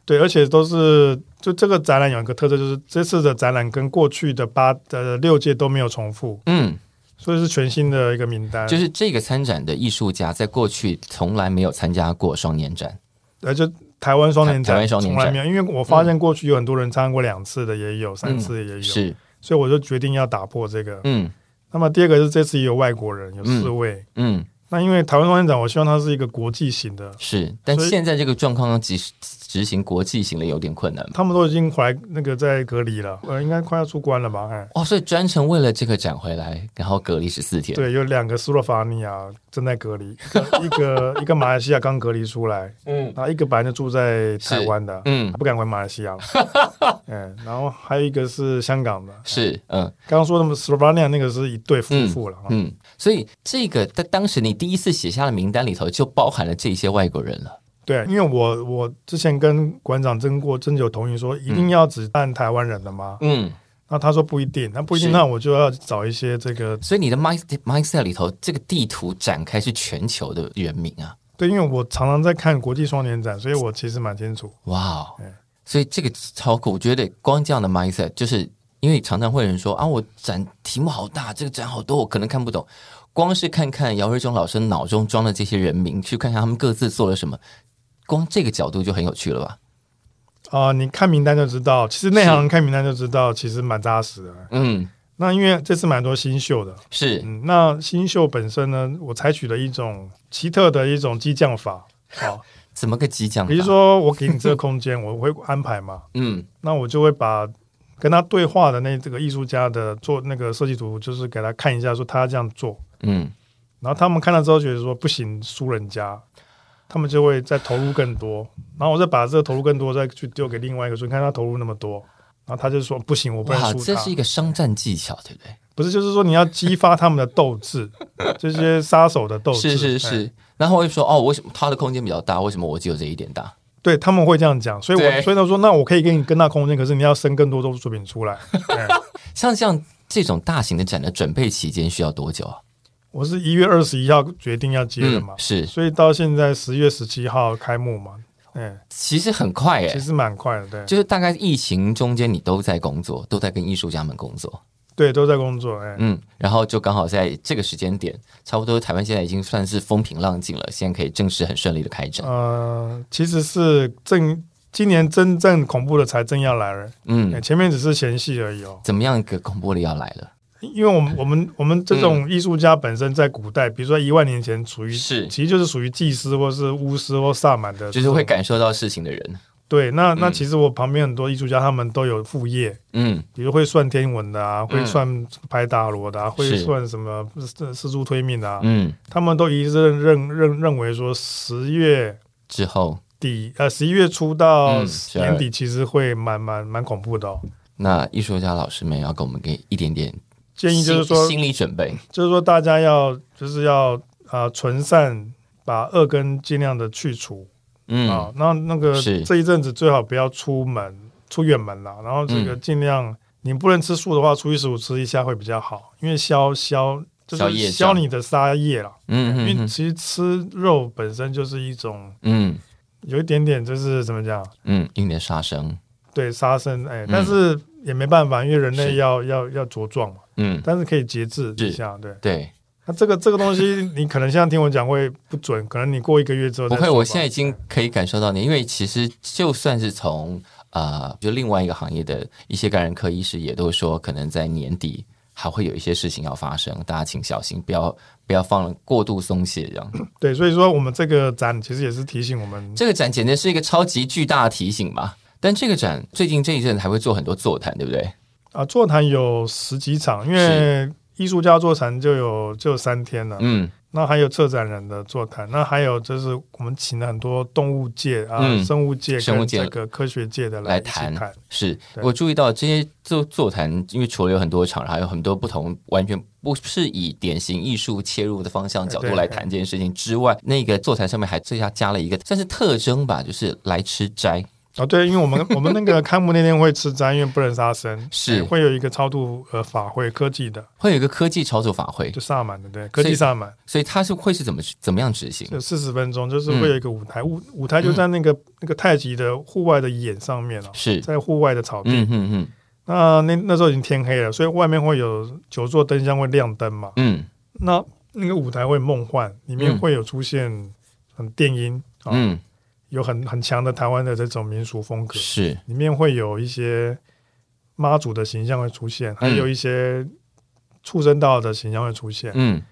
Speaker 3: 对，而且都是就这个展览有一个特色，就是这次的展览跟过去的八呃六届都没有重复，
Speaker 2: 嗯，
Speaker 3: 所以是全新的一个名单。
Speaker 2: 就是这个参展的艺术家，在过去从来没有参加过双年展，
Speaker 3: 呃，就台湾双年展，
Speaker 2: 台湾双年展
Speaker 3: 从来没有，因为我发现过去有很多人参加过两次的也有，三次的也有，
Speaker 2: 嗯是
Speaker 3: 所以我就决定要打破这个。
Speaker 2: 嗯
Speaker 3: 那么第二个是这次也有外国人，有四位。
Speaker 2: 嗯
Speaker 3: 那因为台湾双年展，我希望它是一个国际型的，
Speaker 2: 是，但
Speaker 3: 所以
Speaker 2: 现在这个状况要执执行国际型的有点困难嘛
Speaker 3: 他们都已经回来那个在隔离了，呃，应该快要出关了吧？哎，
Speaker 2: 哦，所以专程为了这个展回来，然后隔离十四天，
Speaker 3: 对，啊有两个斯洛伐尼亚正在隔离，一个一个一个马来西亚刚隔离出来，
Speaker 2: 嗯
Speaker 3: 然后一个本来就住在台湾的，
Speaker 2: 嗯
Speaker 3: 他不敢回马来西亚了，
Speaker 2: [laughs]
Speaker 3: 嗯，然后还有一个是香港的，
Speaker 2: 是嗯。
Speaker 3: 刚刚说的斯洛伐尼亚那个是一对夫妇了，啊
Speaker 2: 嗯，所以这个在当时你第一次写下的名单里头就包含了这些外国人了。
Speaker 3: 对，因为我我之前跟馆长争过，征求同意说一定要只办台湾人的吗？
Speaker 2: 嗯，
Speaker 3: 那他说不一定，那不一定，
Speaker 2: 是
Speaker 3: 那我就要找一些这个
Speaker 2: 所以你的 mind mindset 里头，这个地图展开是全球的人名啊，
Speaker 3: 对，因为我常常在看国际双年展，所以我其实蛮清楚。
Speaker 2: 哇哦
Speaker 3: 嗯！
Speaker 2: 所以这个超酷，我觉得光这样的 mindset，就是因为常常会有人说啊，我展题目好大，这个展好多，我可能看不懂。光是看看姚瑞忠老师脑中装的这些人名，去看看他们各自做了什么，光这个角度就很有趣了吧？
Speaker 3: 啊、你看名单就知道，其实内行人看名单就知道，其实蛮扎实的。
Speaker 2: 嗯，
Speaker 3: 那因为这次蛮多新秀的，
Speaker 2: 是
Speaker 3: 嗯，那新秀本身呢，我采取了一种奇特的一种激将法，好、
Speaker 2: 怎么个激将法？
Speaker 3: 比如说我给你这个空间， [laughs] 我会安排嘛，
Speaker 2: 嗯，
Speaker 3: 那我就会把跟他对话的那这个艺术家的做那个设计图，就是给他看一下，说他这样做，
Speaker 2: 嗯
Speaker 3: 然后他们看了之后觉得说不行，输人家，他们就会再投入更多，然后我再把这个投入更多再去丢给另外一个说，你看他投入那么多，然后他就说不行，我不能
Speaker 2: 哇，
Speaker 3: 输他。
Speaker 2: 这是一个商战技巧，对不对？
Speaker 3: 不是，就是说你要激发他们的斗
Speaker 2: [laughs]
Speaker 3: 志，这些杀手的斗
Speaker 2: 是
Speaker 3: 志。
Speaker 2: 是
Speaker 3: 哎
Speaker 2: 是。然后我就说，哦，为什么他的空间比较大？为什么我只有这一点大？
Speaker 3: 对他们会这样讲，所以
Speaker 2: 对
Speaker 3: 我所以他说，那我可以给你更大空间，可是你要生更多多作品出来。哎
Speaker 2: 像这样这种大型的展的准备期间需要多久啊？嗯
Speaker 3: 我是一月二十一号决定要接的嘛，
Speaker 2: 是，
Speaker 3: 所以到现在十月十七号开幕嘛，哎，
Speaker 2: 其实很快
Speaker 3: 其
Speaker 2: 耶，
Speaker 3: 实蛮快的，对
Speaker 2: 就是大概疫情中间你都在工作，都在跟艺术家们工作，
Speaker 3: 对，都在工作，哎，
Speaker 2: 嗯，然后就刚好在这个时间点，差不多台湾现在已经嗯算是风平浪静了，现在可以正式很顺利的开展。
Speaker 3: 呃，其实是正今年真正恐怖的才正要来了，哎
Speaker 2: 嗯，
Speaker 3: 前面只是嫌戏而已哦。
Speaker 2: 怎么样一个恐怖的要来了？
Speaker 3: 因为我们我们我们这种艺术家本身在古代，比如说一万年前属于
Speaker 2: 嗯是
Speaker 3: 其实就是属于祭司或是巫师或萨满的这种，
Speaker 2: 就是会感受到事情的人，
Speaker 3: 对。那那
Speaker 2: 嗯
Speaker 3: 其实我旁边很多艺术家，他们都有副业，
Speaker 2: 嗯，
Speaker 3: 比如会算天文的啊，会
Speaker 2: 嗯
Speaker 3: 算拍大罗的啊，会
Speaker 2: 是
Speaker 3: 算什么四四柱推命的啊，
Speaker 2: 嗯，
Speaker 3: 他们都一致认认认认为说十月
Speaker 2: 之后
Speaker 3: 底呃十一月初到
Speaker 2: 嗯12
Speaker 3: 年底其实会蛮蛮蛮恐怖的、哦。
Speaker 2: 那艺术家老师们要给我们给一点点
Speaker 3: 建议就是
Speaker 2: 心
Speaker 3: 说，
Speaker 2: 心理准备，
Speaker 3: 就是说大家要就是要啊纯善，把恶根尽量的去除
Speaker 2: 嗯，
Speaker 3: 啊。那那个
Speaker 2: 是
Speaker 3: 这一阵子最好不要出门出远门啦，然后这个
Speaker 2: 嗯
Speaker 3: 尽量、你不能吃素的话，初一十五吃一下会比较好，因为消消就
Speaker 2: 消
Speaker 3: 是
Speaker 2: 业
Speaker 3: 消
Speaker 2: 障
Speaker 3: 你的杀业啦。
Speaker 2: 嗯
Speaker 3: 因
Speaker 2: 嗯
Speaker 3: 为
Speaker 2: 嗯
Speaker 3: 其实吃肉本身就是一种
Speaker 2: 嗯
Speaker 3: 有一点点就是怎么讲，
Speaker 2: 嗯，用点杀生，
Speaker 3: 对杀生哎，但是也没办法，因为人类
Speaker 2: 嗯是
Speaker 3: 要要要茁壮嘛，
Speaker 2: 嗯，
Speaker 3: 但是可以节制一
Speaker 2: 是
Speaker 3: 下，对。
Speaker 2: 对，
Speaker 3: 那这个这个东西， [laughs] 你可能现在听我讲会不准，可能你过一个月之后
Speaker 2: 不
Speaker 3: 再
Speaker 2: 会，
Speaker 3: 说
Speaker 2: 我
Speaker 3: 吧
Speaker 2: 现在已经可以感受到你，因为其实就算是从呃，就另外一个行业的一些感染科医师也都说，可能在年底还会有一些事情要发生，大家请小心，不要不要放过度松懈这样。
Speaker 3: 对，所以说我们这个展其实也是提醒我们，
Speaker 2: 这个展简直是一个超级巨大的提醒吧。但这个展最近这一阵还会做很多座谈，对不对？
Speaker 3: 啊，座谈有十几场，因为艺术家座谈就有就有三天了，
Speaker 2: 嗯
Speaker 3: 那还有策展人的座谈，那还有就是我们请了很多动物界啊、
Speaker 2: 嗯
Speaker 3: 生物界
Speaker 2: 生物
Speaker 3: 跟
Speaker 2: 界
Speaker 3: 这个科学界的
Speaker 2: 来
Speaker 3: 一起
Speaker 2: 谈
Speaker 3: 看，
Speaker 2: 是
Speaker 3: 对
Speaker 2: 我注意到这些座座谈，因为除了有很多场，还有很多不同，完全不是以典型艺术切入的方向角度
Speaker 3: 呃对
Speaker 2: 来谈这件事情之外，那个座谈上面还最下加了一个算是特征吧，就是来吃斋。
Speaker 3: 哦，对，因为我们我们
Speaker 2: [laughs]
Speaker 3: 那个开幕那天会吃斋，因为不能杀生，
Speaker 2: 是
Speaker 3: 哎会有一个超度呃法会科技的，
Speaker 2: 会有一个科技操作法会
Speaker 3: 就，萨满的对，科
Speaker 2: 所
Speaker 3: 技
Speaker 2: 以
Speaker 3: 萨满，
Speaker 2: 所以它是会是怎么怎么样执行？
Speaker 3: 就四十分钟，就是
Speaker 2: 嗯
Speaker 3: 会有一个舞台，舞舞台就在那个、那个太极的户外的眼上面哦，
Speaker 2: 是，
Speaker 3: 在户外的草地，
Speaker 2: 嗯嗯嗯
Speaker 3: 那那那时候已经天黑了，所以外面会有九座灯箱会亮灯嘛，
Speaker 2: 嗯
Speaker 3: 那那个舞台会梦幻，里面
Speaker 2: 嗯
Speaker 3: 会有出现很电音啊、
Speaker 2: 嗯，
Speaker 3: 有很很强的台湾的这种民俗风格，
Speaker 2: 是，
Speaker 3: 里面会有一些妈祖的形象会出
Speaker 2: 嗯
Speaker 3: 现，还有一些畜生道的形象会出现。
Speaker 2: 嗯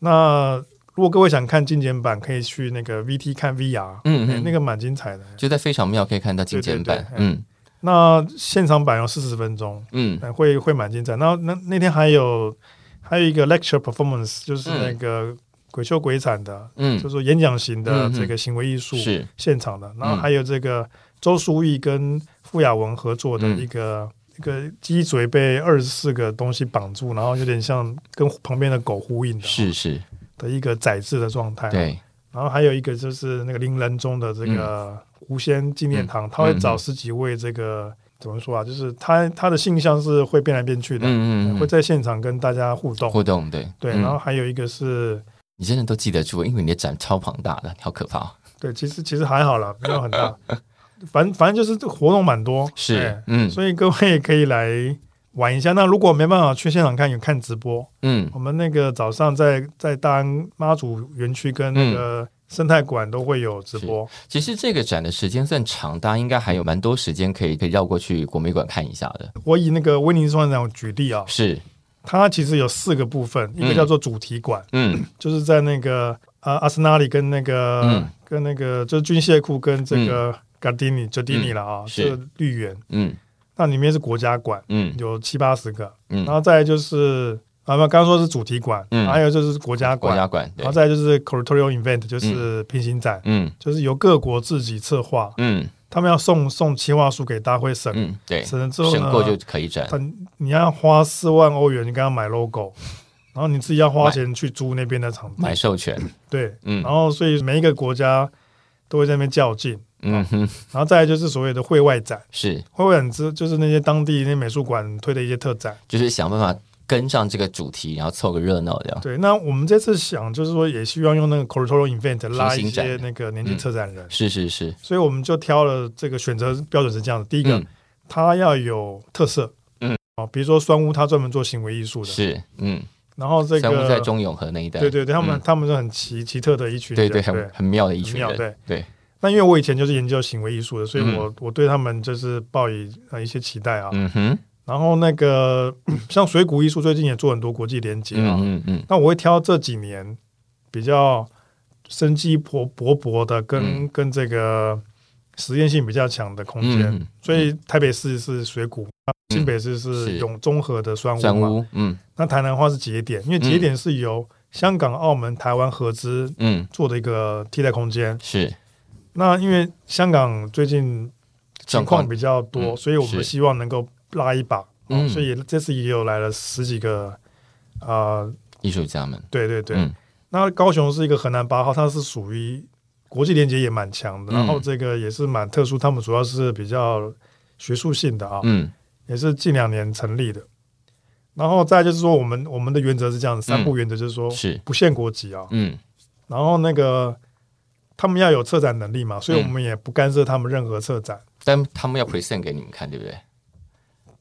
Speaker 3: 那如果各位想看精简版，可以去那个 VT 看 VR，、
Speaker 2: 嗯
Speaker 3: 哎
Speaker 2: 嗯，
Speaker 3: 那个蛮精彩的。
Speaker 2: 就在非常庙可以看到精简版
Speaker 3: 对，对对
Speaker 2: 嗯
Speaker 3: 那现场版有四十分钟，
Speaker 2: 嗯
Speaker 3: 哎会会蛮精彩。那那那天还有还有一个 lecture performance，就是
Speaker 2: 嗯
Speaker 3: 那个鬼秀鬼惨的，就
Speaker 2: 嗯，
Speaker 3: 是说演讲型的
Speaker 2: 嗯嗯
Speaker 3: 这个行为艺术
Speaker 2: 是，嗯
Speaker 3: 现场的。然后还有这个周淑义跟傅雅文合作的
Speaker 2: 嗯
Speaker 3: 一个、一个鸡嘴被二十四个东西绑住，然后有点像跟旁边的狗呼应的
Speaker 2: 是是，
Speaker 3: 的一个宰制的状态。
Speaker 2: 对，
Speaker 3: 然后还有一个就是那个林仁宗的这
Speaker 2: 嗯
Speaker 3: 个狐仙纪念堂，他会找十几位这个怎么说啊？就是他他的性向是会变来变去的，
Speaker 2: 嗯嗯
Speaker 3: 会
Speaker 2: 嗯
Speaker 3: 在现场跟大家互动。
Speaker 2: 互动对
Speaker 3: 对，
Speaker 2: 嗯
Speaker 3: 然后还有一个是，
Speaker 2: 你真的都记得住，因为你的展超庞大的，好可怕、哦。
Speaker 3: 对，其实其实还好啦，没有很大， [laughs] 反反正就是这个活动蛮多，
Speaker 2: 是
Speaker 3: 哎，
Speaker 2: 嗯
Speaker 3: 所以各位也可以来玩一下。那如果没办法去现场看，有看直播，
Speaker 2: 嗯
Speaker 3: 我们那个早上在在大安妈祖园区跟那
Speaker 2: 嗯
Speaker 3: 个生态馆都会有直播。
Speaker 2: 其实这个展的时间算长，大家应该还有蛮多时间可以可以绕过去国美馆看一下的。
Speaker 3: 我以那个威尼斯双展举例啊，
Speaker 2: 是，
Speaker 3: 它其实有四个部分，一个叫做主题馆，
Speaker 2: 嗯
Speaker 3: 就是在那个呃阿森纳里跟那个、
Speaker 2: 嗯
Speaker 3: 跟那个就是军械库跟这个 Gardini、嗯、Giardini 了啊，
Speaker 2: 是
Speaker 3: 是绿园，
Speaker 2: 嗯
Speaker 3: 那里面是国家馆，
Speaker 2: 嗯
Speaker 3: 有七八十个，然
Speaker 2: 嗯，
Speaker 3: 后再来就是啊，不，刚刚说是主题馆，
Speaker 2: 嗯
Speaker 3: 还有就是国家
Speaker 2: 国
Speaker 3: 馆，
Speaker 2: 家馆
Speaker 3: 然
Speaker 2: 对
Speaker 3: 后，再来就是 Curatorial Event，就是平行展，
Speaker 2: 嗯
Speaker 3: 就是由各国自己策划，
Speaker 2: 嗯
Speaker 3: 他们要送送企划书给大会审，
Speaker 2: 嗯，对，
Speaker 3: 审了之后
Speaker 2: 审过就
Speaker 3: 呢，
Speaker 2: 可以展。
Speaker 3: 他你要花四万欧元，你给他
Speaker 2: [laughs]
Speaker 3: 买 logo，然后你自己要花钱去租那边的场
Speaker 2: 买
Speaker 3: 地，
Speaker 2: 授权，
Speaker 3: 对，
Speaker 2: 嗯
Speaker 3: 然后所以每一个国家都会在那边较劲，
Speaker 2: 嗯哼，
Speaker 3: 然后再来就是所谓的会外展，
Speaker 2: 是，
Speaker 3: 会外展之就是那些当地那些美术馆推的一些特展。
Speaker 2: 就是想办法跟上这个主题，然后凑个热闹这样。
Speaker 3: 对，那我们这次想就是说，也希望用那个 cultural event 拉一
Speaker 2: 平行
Speaker 3: 些
Speaker 2: 展嗯
Speaker 3: 那个年纪策展人，
Speaker 2: 是是是，
Speaker 3: 所以我们就挑了这个选择标准是这样的：第一个，
Speaker 2: 嗯
Speaker 3: 它要有特色，
Speaker 2: 嗯，
Speaker 3: 哦，比如说双屋，它专门做行为艺术的，
Speaker 2: 是，嗯，
Speaker 3: 然后这
Speaker 2: 三屋在
Speaker 3: 个
Speaker 2: 中永和那一带，
Speaker 3: 对对对，他们
Speaker 2: 嗯
Speaker 3: 他们是很奇奇特的一群人，
Speaker 2: 对对，很很妙的一群
Speaker 3: 很妙
Speaker 2: 人，对，
Speaker 3: 那因为我以前就是研究行为艺术的，所以
Speaker 2: 嗯
Speaker 3: 我、我对他们就是抱以呃一些期待啊。
Speaker 2: 嗯哼，
Speaker 3: 然后那个 [coughs] 像水谷艺术最近也做很多国际连接啊，
Speaker 2: 嗯嗯嗯
Speaker 3: 那我会挑这几年比较生机勃勃勃的跟，跟、
Speaker 2: 嗯
Speaker 3: 这个实验性比较强的空间。
Speaker 2: 嗯，
Speaker 3: 所以台北市是水谷，新北市是
Speaker 2: 是
Speaker 3: 永综合的酸
Speaker 2: 钻
Speaker 3: 屋嘛，
Speaker 2: 屋，嗯
Speaker 3: 那台南话是节点，因为节点是由香港、澳门、台湾合资
Speaker 2: 嗯
Speaker 3: 做的一个替代空间。
Speaker 2: 是
Speaker 3: 那因为香港最近情
Speaker 2: 状
Speaker 3: 况
Speaker 2: 况，
Speaker 3: 比较多，
Speaker 2: 嗯
Speaker 3: 所以我们
Speaker 2: 是
Speaker 3: 希望能够拉一把，
Speaker 2: 嗯
Speaker 3: 哦所以这次也有来了十几个啊、呃
Speaker 2: 艺术家们，
Speaker 3: 对对对。
Speaker 2: 嗯
Speaker 3: 那高雄是一个河南八号，它是属于国际连接也蛮强的，
Speaker 2: 嗯
Speaker 3: 然后这个也是蛮特殊，他们主要是比较学术性的啊，
Speaker 2: 嗯
Speaker 3: 也是近两年成立的。然后再就是说，我们我们的原则是这样子，三不
Speaker 2: 嗯
Speaker 3: 原则就是说
Speaker 2: 是
Speaker 3: 不限国籍啊，
Speaker 2: 嗯
Speaker 3: 然后那个他们要有策展能力嘛，所以
Speaker 2: 嗯
Speaker 3: 我们也不干涉他们任何策展。
Speaker 2: 但他们要 present 给你们看，对不对？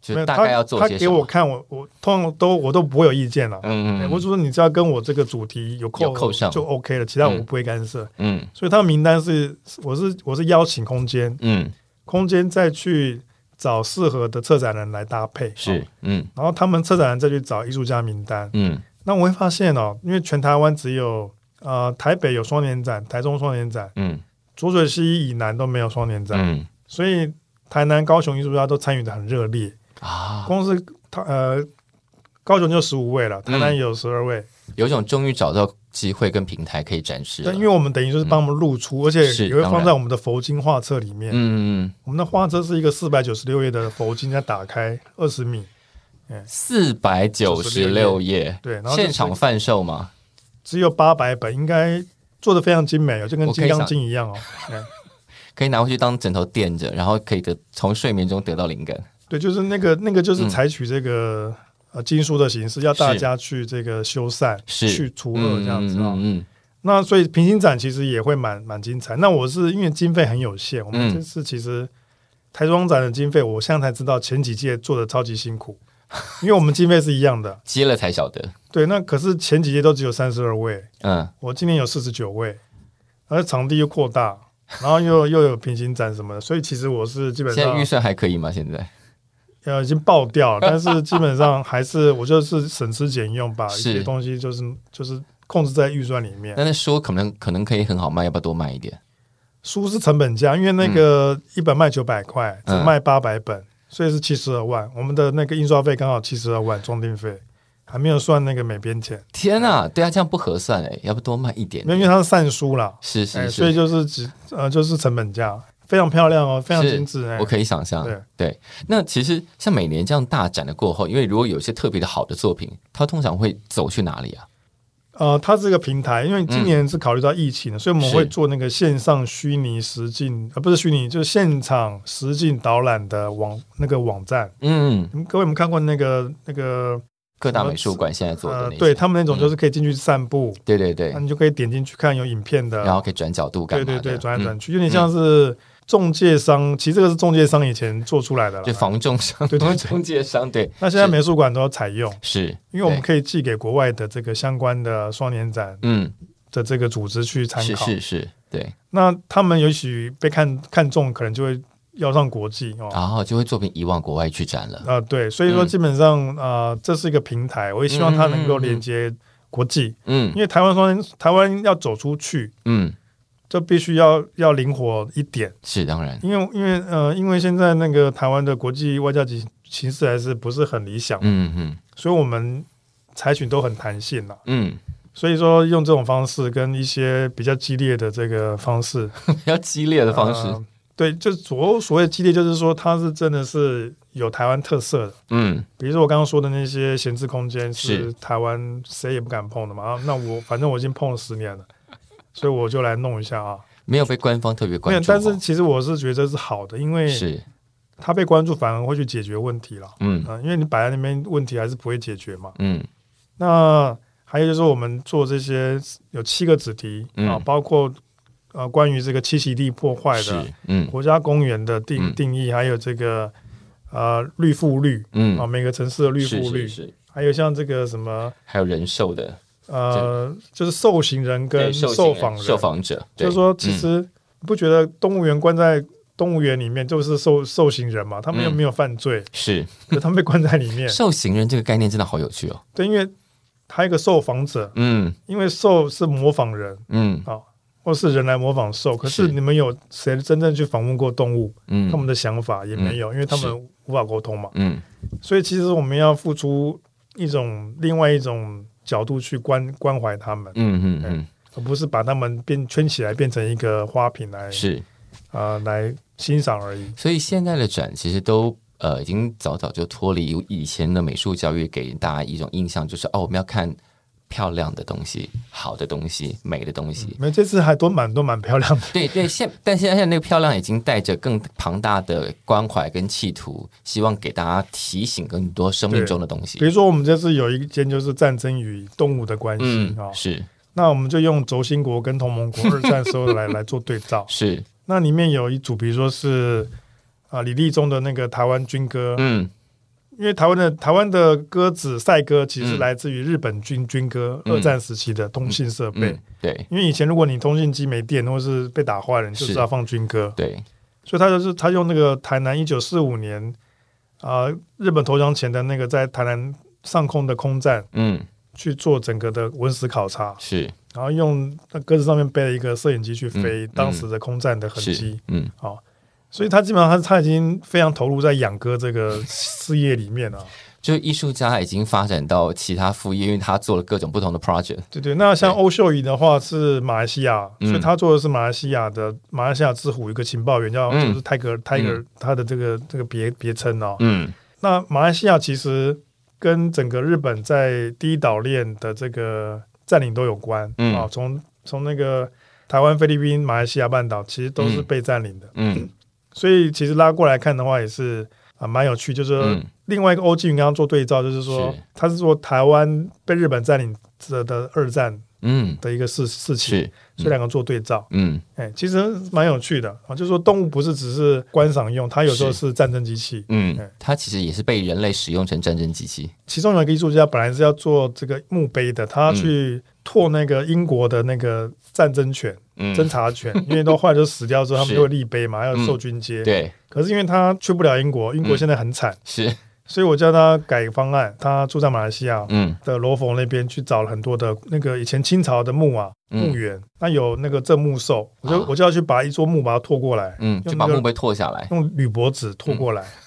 Speaker 3: 没
Speaker 2: 就
Speaker 3: 有
Speaker 2: 大
Speaker 3: 他
Speaker 2: 概要做
Speaker 3: 他
Speaker 2: 些
Speaker 3: 给
Speaker 2: 什
Speaker 3: 我
Speaker 2: 么？
Speaker 3: 看我我通常都我都不会有意见了。
Speaker 2: 嗯
Speaker 3: 哎
Speaker 2: 嗯
Speaker 3: 我只说你只要跟我这个主题有扣
Speaker 2: 有扣上
Speaker 3: 就 OK 了，其他我
Speaker 2: 嗯
Speaker 3: 不会干涉。
Speaker 2: 嗯
Speaker 3: 所以他的名单是我是我是邀请空间，
Speaker 2: 嗯
Speaker 3: 空间再去找适合的策展人来搭配，哦
Speaker 2: 是嗯
Speaker 3: 然后他们策展人再去找艺术家名单。
Speaker 2: 嗯
Speaker 3: 那我会发现哦，因为全台湾只有呃台北有双年展，台中双年展，
Speaker 2: 嗯
Speaker 3: 浊水溪以南都没有双年展，
Speaker 2: 嗯
Speaker 3: 所以台南、高雄艺术家都参与的很热烈。
Speaker 2: 啊，
Speaker 3: 光是他呃高雄就十五位了，台南
Speaker 2: 嗯
Speaker 3: 有十二位，
Speaker 2: 有一种终于找到机会跟平台可以展示了
Speaker 3: 但因为我们等于就是帮他们露出，而且
Speaker 2: 啊嗯是
Speaker 3: 也会
Speaker 2: 当
Speaker 3: 放
Speaker 2: 然
Speaker 3: 在我们的佛经画册里面。
Speaker 2: 嗯嗯
Speaker 3: 我们的画册是一个四百九十六页的佛经，再打开二十米，
Speaker 2: 四百九十六页，
Speaker 3: 对，然后
Speaker 2: 现场贩售吗？
Speaker 3: 只有八百本，应该做的非常精美哦，就跟
Speaker 2: 我
Speaker 3: 《
Speaker 2: 可以
Speaker 3: 金刚
Speaker 2: 想
Speaker 3: 经》一样哦。嗯
Speaker 2: 可以拿回去当枕头垫着，然后可以得从睡眠中得到灵感。
Speaker 3: 对，就是那个那个就是
Speaker 2: 嗯
Speaker 3: 采取这个、呃经书的形式，要大
Speaker 2: 是
Speaker 3: 家去这个修缮、
Speaker 2: 是
Speaker 3: 去除恶这样子啊、
Speaker 2: 嗯嗯
Speaker 3: 那所以平行展其实也会蛮蛮精彩。那我是因为经费很有限，我们
Speaker 2: 嗯
Speaker 3: 这次其实台中展的经费，我现在才知道前几届做的超级辛苦， [laughs] 因为我们经费是一样的。
Speaker 2: 接了才晓得。
Speaker 3: 对，那可是前几届都只有三十二位，
Speaker 2: 嗯，
Speaker 3: 我今年有四十九位，而场地又扩大，然后又 [laughs] 又有平行展什么的，所以其实我是基本
Speaker 2: 现在预
Speaker 3: 上
Speaker 2: 算还可以吗？现在
Speaker 3: 呃已经爆
Speaker 2: [laughs]
Speaker 3: 掉了，但是基本上还是我就是省吃俭用，把一
Speaker 2: 是
Speaker 3: 些东西就是就是控制在预算里面。
Speaker 2: 但是说可能可能可以很好卖，要不要多卖一点？
Speaker 3: 书是成本价，因为那个一本卖九百块，只
Speaker 2: 嗯
Speaker 3: 卖八百本，所以是七十二万。我们的那个印刷费刚好七十二万，装订费还没有算那个美编钱，
Speaker 2: 天啊，对啊，这样不合算哎，要不多卖一点
Speaker 3: 因？为因为它是散书啦，
Speaker 2: 是
Speaker 3: 哎、
Speaker 2: 是
Speaker 3: 所以
Speaker 2: 是，
Speaker 3: 就是只呃就是成本价，非常漂亮哦，非常
Speaker 2: 是
Speaker 3: 精致哎、
Speaker 2: 我可以啊想象
Speaker 3: 对。
Speaker 2: 对，那其实像每年这样大展的过后，因为如果有一些特别的好的作品，它通常会走去哪里啊？
Speaker 3: 呃，它是一个平台，因为今年是考虑到疫情的，所以我们
Speaker 2: 是
Speaker 3: 会做那个线上虚拟实境，呃，不是虚拟，就是现场实境导览的网那个网站。
Speaker 2: 嗯，
Speaker 3: 你们各位有没有看过那个那个
Speaker 2: 各大美术馆现在做的
Speaker 3: 呃
Speaker 2: 那，些，嗯
Speaker 3: 对他们那种就是可以进去散步，
Speaker 2: 对对对
Speaker 3: 那，你就可以点进去看有影片的，
Speaker 2: 然后可以转角度干
Speaker 3: 对
Speaker 2: 嘛
Speaker 3: 对
Speaker 2: 的？
Speaker 3: 对，转
Speaker 2: 嗯
Speaker 3: 来转去，有点像是中介商，其实这个是中介商以前做出来的
Speaker 2: 就
Speaker 3: 了。
Speaker 2: 防重伤、
Speaker 3: 啊对对对
Speaker 2: 中介伤，对。
Speaker 3: 那现在美术馆都要采用，
Speaker 2: 是，是
Speaker 3: 因为我们
Speaker 2: 对
Speaker 3: 可以寄给国外的这个相关的双年展
Speaker 2: 嗯，
Speaker 3: 的这个组织去参
Speaker 2: 是
Speaker 3: 考。
Speaker 2: 是是，对，
Speaker 3: 那他们也许被看看中，可能就会要上国际哦。
Speaker 2: 然后就会作品移往国外去展了。
Speaker 3: 啊，对，所以说
Speaker 2: 啊嗯
Speaker 3: 基本上啊，呃这是一个平台，我也希望它能
Speaker 2: 嗯嗯
Speaker 3: 够
Speaker 2: 嗯嗯
Speaker 3: 连接国际，
Speaker 2: 嗯
Speaker 3: 因为台湾双台湾要走出去，
Speaker 2: 嗯，
Speaker 3: 就必须要要灵活一点。
Speaker 2: 是当然，
Speaker 3: 因为因为呃，因为现在那个台湾的国际外交形形势还是不是很理想，
Speaker 2: 嗯嗯
Speaker 3: 所以我们采取都很弹性啦。
Speaker 2: 嗯， [laughs]
Speaker 3: 所以说用这种方式跟一些比较激烈的这个方式
Speaker 2: 比较激烈的方式，
Speaker 3: 呃对，就所所谓激烈，就是说它是真的是有台湾特色的。
Speaker 2: 嗯，
Speaker 3: 比如说我刚刚说的那些闲置空间是
Speaker 2: 是
Speaker 3: 台湾谁也不敢碰的嘛，啊，那我反正我已经碰了十年了，所以我就来弄一下啊。
Speaker 2: 没有被官方特别
Speaker 3: 没有，
Speaker 2: 关注
Speaker 3: 但
Speaker 2: 哦，
Speaker 3: 是其实我是觉得这是好的，因为
Speaker 2: 是，
Speaker 3: 他被关注反而会去解决问题了。
Speaker 2: 嗯
Speaker 3: 嗯，因为你摆在那边，问题还是不会解决嘛。
Speaker 2: 嗯
Speaker 3: 那还有就是我们做这些有七个子题
Speaker 2: 嗯
Speaker 3: 啊，包括呃关于这个栖息地破坏的
Speaker 2: 是，嗯
Speaker 3: 国家公园的定
Speaker 2: 嗯
Speaker 3: 定义，还有这个呃绿覆率啊，
Speaker 2: 嗯，
Speaker 3: 每个城市的绿
Speaker 2: 是
Speaker 3: 覆率
Speaker 2: 是，是，
Speaker 3: 还有像这个什么
Speaker 2: 还有人寿的
Speaker 3: 呃，就是受刑人跟
Speaker 2: 对受
Speaker 3: 受
Speaker 2: 刑人
Speaker 3: 访人，
Speaker 2: 受访者，
Speaker 3: 就
Speaker 2: 对嗯
Speaker 3: 是说其实不觉得动物园关在动物园里面就是受受刑人嘛？他们又
Speaker 2: 嗯
Speaker 3: 没有犯罪， [laughs]
Speaker 2: 是
Speaker 3: 可他们被关在里面。
Speaker 2: 受刑人这个概念真的好有趣哦。
Speaker 3: 对，因为还有一个受访者，
Speaker 2: 嗯
Speaker 3: 因为兽是模仿人
Speaker 2: 嗯
Speaker 3: 啊，或是人来模仿兽。可是
Speaker 2: 是
Speaker 3: 你们有谁真正去访问过动物？
Speaker 2: 嗯，
Speaker 3: 他们的想法也没有，因为他
Speaker 2: 是
Speaker 3: 们无法沟通嘛。
Speaker 2: 嗯
Speaker 3: 所以其实我们要付出一种另外一种角度去关关怀他们，
Speaker 2: 嗯嗯嗯
Speaker 3: 而不是把他们变圈起来变成一个花瓶来
Speaker 2: 嗯，是。
Speaker 3: 啊、来欣赏而已。
Speaker 2: 所以现在的展其实都呃已经早早就脱离以前的美术教育给大家一种印象，就是哦我们要看漂亮的东西、好的东西、美的东西。
Speaker 3: 没有，这次还都蛮都蛮漂亮的，
Speaker 2: 对对，现但现在那个漂亮已经带着更庞大的关怀跟企图，希望给大家提醒更多生命中的东西
Speaker 3: 比。如说我们这次有一间就是战争与动物的关系
Speaker 2: 嗯
Speaker 3: 啊、，
Speaker 2: 是
Speaker 3: 那我们就用轴心国跟同盟
Speaker 2: [laughs]
Speaker 3: 国二战时候来来做对照。
Speaker 2: 是，
Speaker 3: 那里面有一组，比如说是啊、李立忠的那个台湾军歌，
Speaker 2: 嗯
Speaker 3: 因为台湾的台湾的歌子赛歌其实
Speaker 2: 嗯
Speaker 3: 来自于日本军军歌，
Speaker 2: 嗯
Speaker 3: 二战时期的通信设备。
Speaker 2: 嗯，对
Speaker 3: 因为以前如果你通信机没电或是被打坏了，你就是知道放军歌，
Speaker 2: 对，
Speaker 3: 所以他就是他用那个台南一九四五年啊、日本投降前的那个在台南上空的空战
Speaker 2: 嗯
Speaker 3: 去做整个的文史考察，
Speaker 2: 是
Speaker 3: 然后用那鸽子上面背了一个摄影机去飞
Speaker 2: 嗯
Speaker 3: 当时的空战的痕迹。哦
Speaker 2: 是，嗯
Speaker 3: 所以他基本上他他已经非常投入在养鸽这个事业里面了、啊
Speaker 2: 就是艺术家已经发展到其他副业，因为他做了各种不同的 project。
Speaker 3: 对对，那
Speaker 2: [laughs]
Speaker 3: 像
Speaker 2: 对
Speaker 3: 欧秀仪的话是马来西亚，
Speaker 2: 嗯
Speaker 3: 所以他做的是马来西亚的马来西亚之虎一个情报员，叫
Speaker 2: 嗯
Speaker 3: 就是泰戈泰戈他的这个这个别别称哦。
Speaker 2: 嗯
Speaker 3: 那马来西亚其实跟整个日本在第一岛链的这个占领都有关
Speaker 2: 嗯
Speaker 3: 啊，从从那个台湾、菲律宾、马来西亚半岛其实都是
Speaker 2: 嗯
Speaker 3: 被占领的，
Speaker 2: 嗯
Speaker 3: 所以其实拉过来看的话也是啊蛮有趣，就是说
Speaker 2: 嗯，
Speaker 3: 另外一个欧继云刚刚做对照，就是说
Speaker 2: 是
Speaker 3: 他是说台湾被日本占领的的二战
Speaker 2: 嗯，
Speaker 3: 的一个事事情，
Speaker 2: 是，
Speaker 3: 所以两个做对照，
Speaker 2: 嗯
Speaker 3: 哎，其实蛮有趣的啊，就是说动物不是只是观赏用，它有时候
Speaker 2: 是
Speaker 3: 是战争机器。
Speaker 2: 嗯
Speaker 3: 对，
Speaker 2: 它其实也是被人类使用成战争机器。
Speaker 3: 其中有一个艺术家本来是要做这个墓碑的，他去拓那个英国的那个战争犬、
Speaker 2: 嗯，
Speaker 3: 侦
Speaker 2: [laughs]
Speaker 3: 察犬，因为都后来就死掉之后，他们
Speaker 2: 是嗯
Speaker 3: 就会立碑嘛，要受军阶。
Speaker 2: 对，嗯
Speaker 3: 可是因为他去不了英国，英国现在很惨，
Speaker 2: 是，
Speaker 3: 所以我叫他改方案，他住在马来西亚。
Speaker 2: 嗯
Speaker 3: 的罗浮那边去找了很多的那个以前清朝的墓啊
Speaker 2: 嗯
Speaker 3: 墓园，那有那个正木兽，我就、
Speaker 2: 啊
Speaker 3: 我就要去把一座墓把它拓过来，
Speaker 2: 嗯，就把
Speaker 3: 用那个
Speaker 2: 墓碑拓下来。
Speaker 3: 用铝箔纸拓过来，
Speaker 2: 嗯
Speaker 3: [laughs]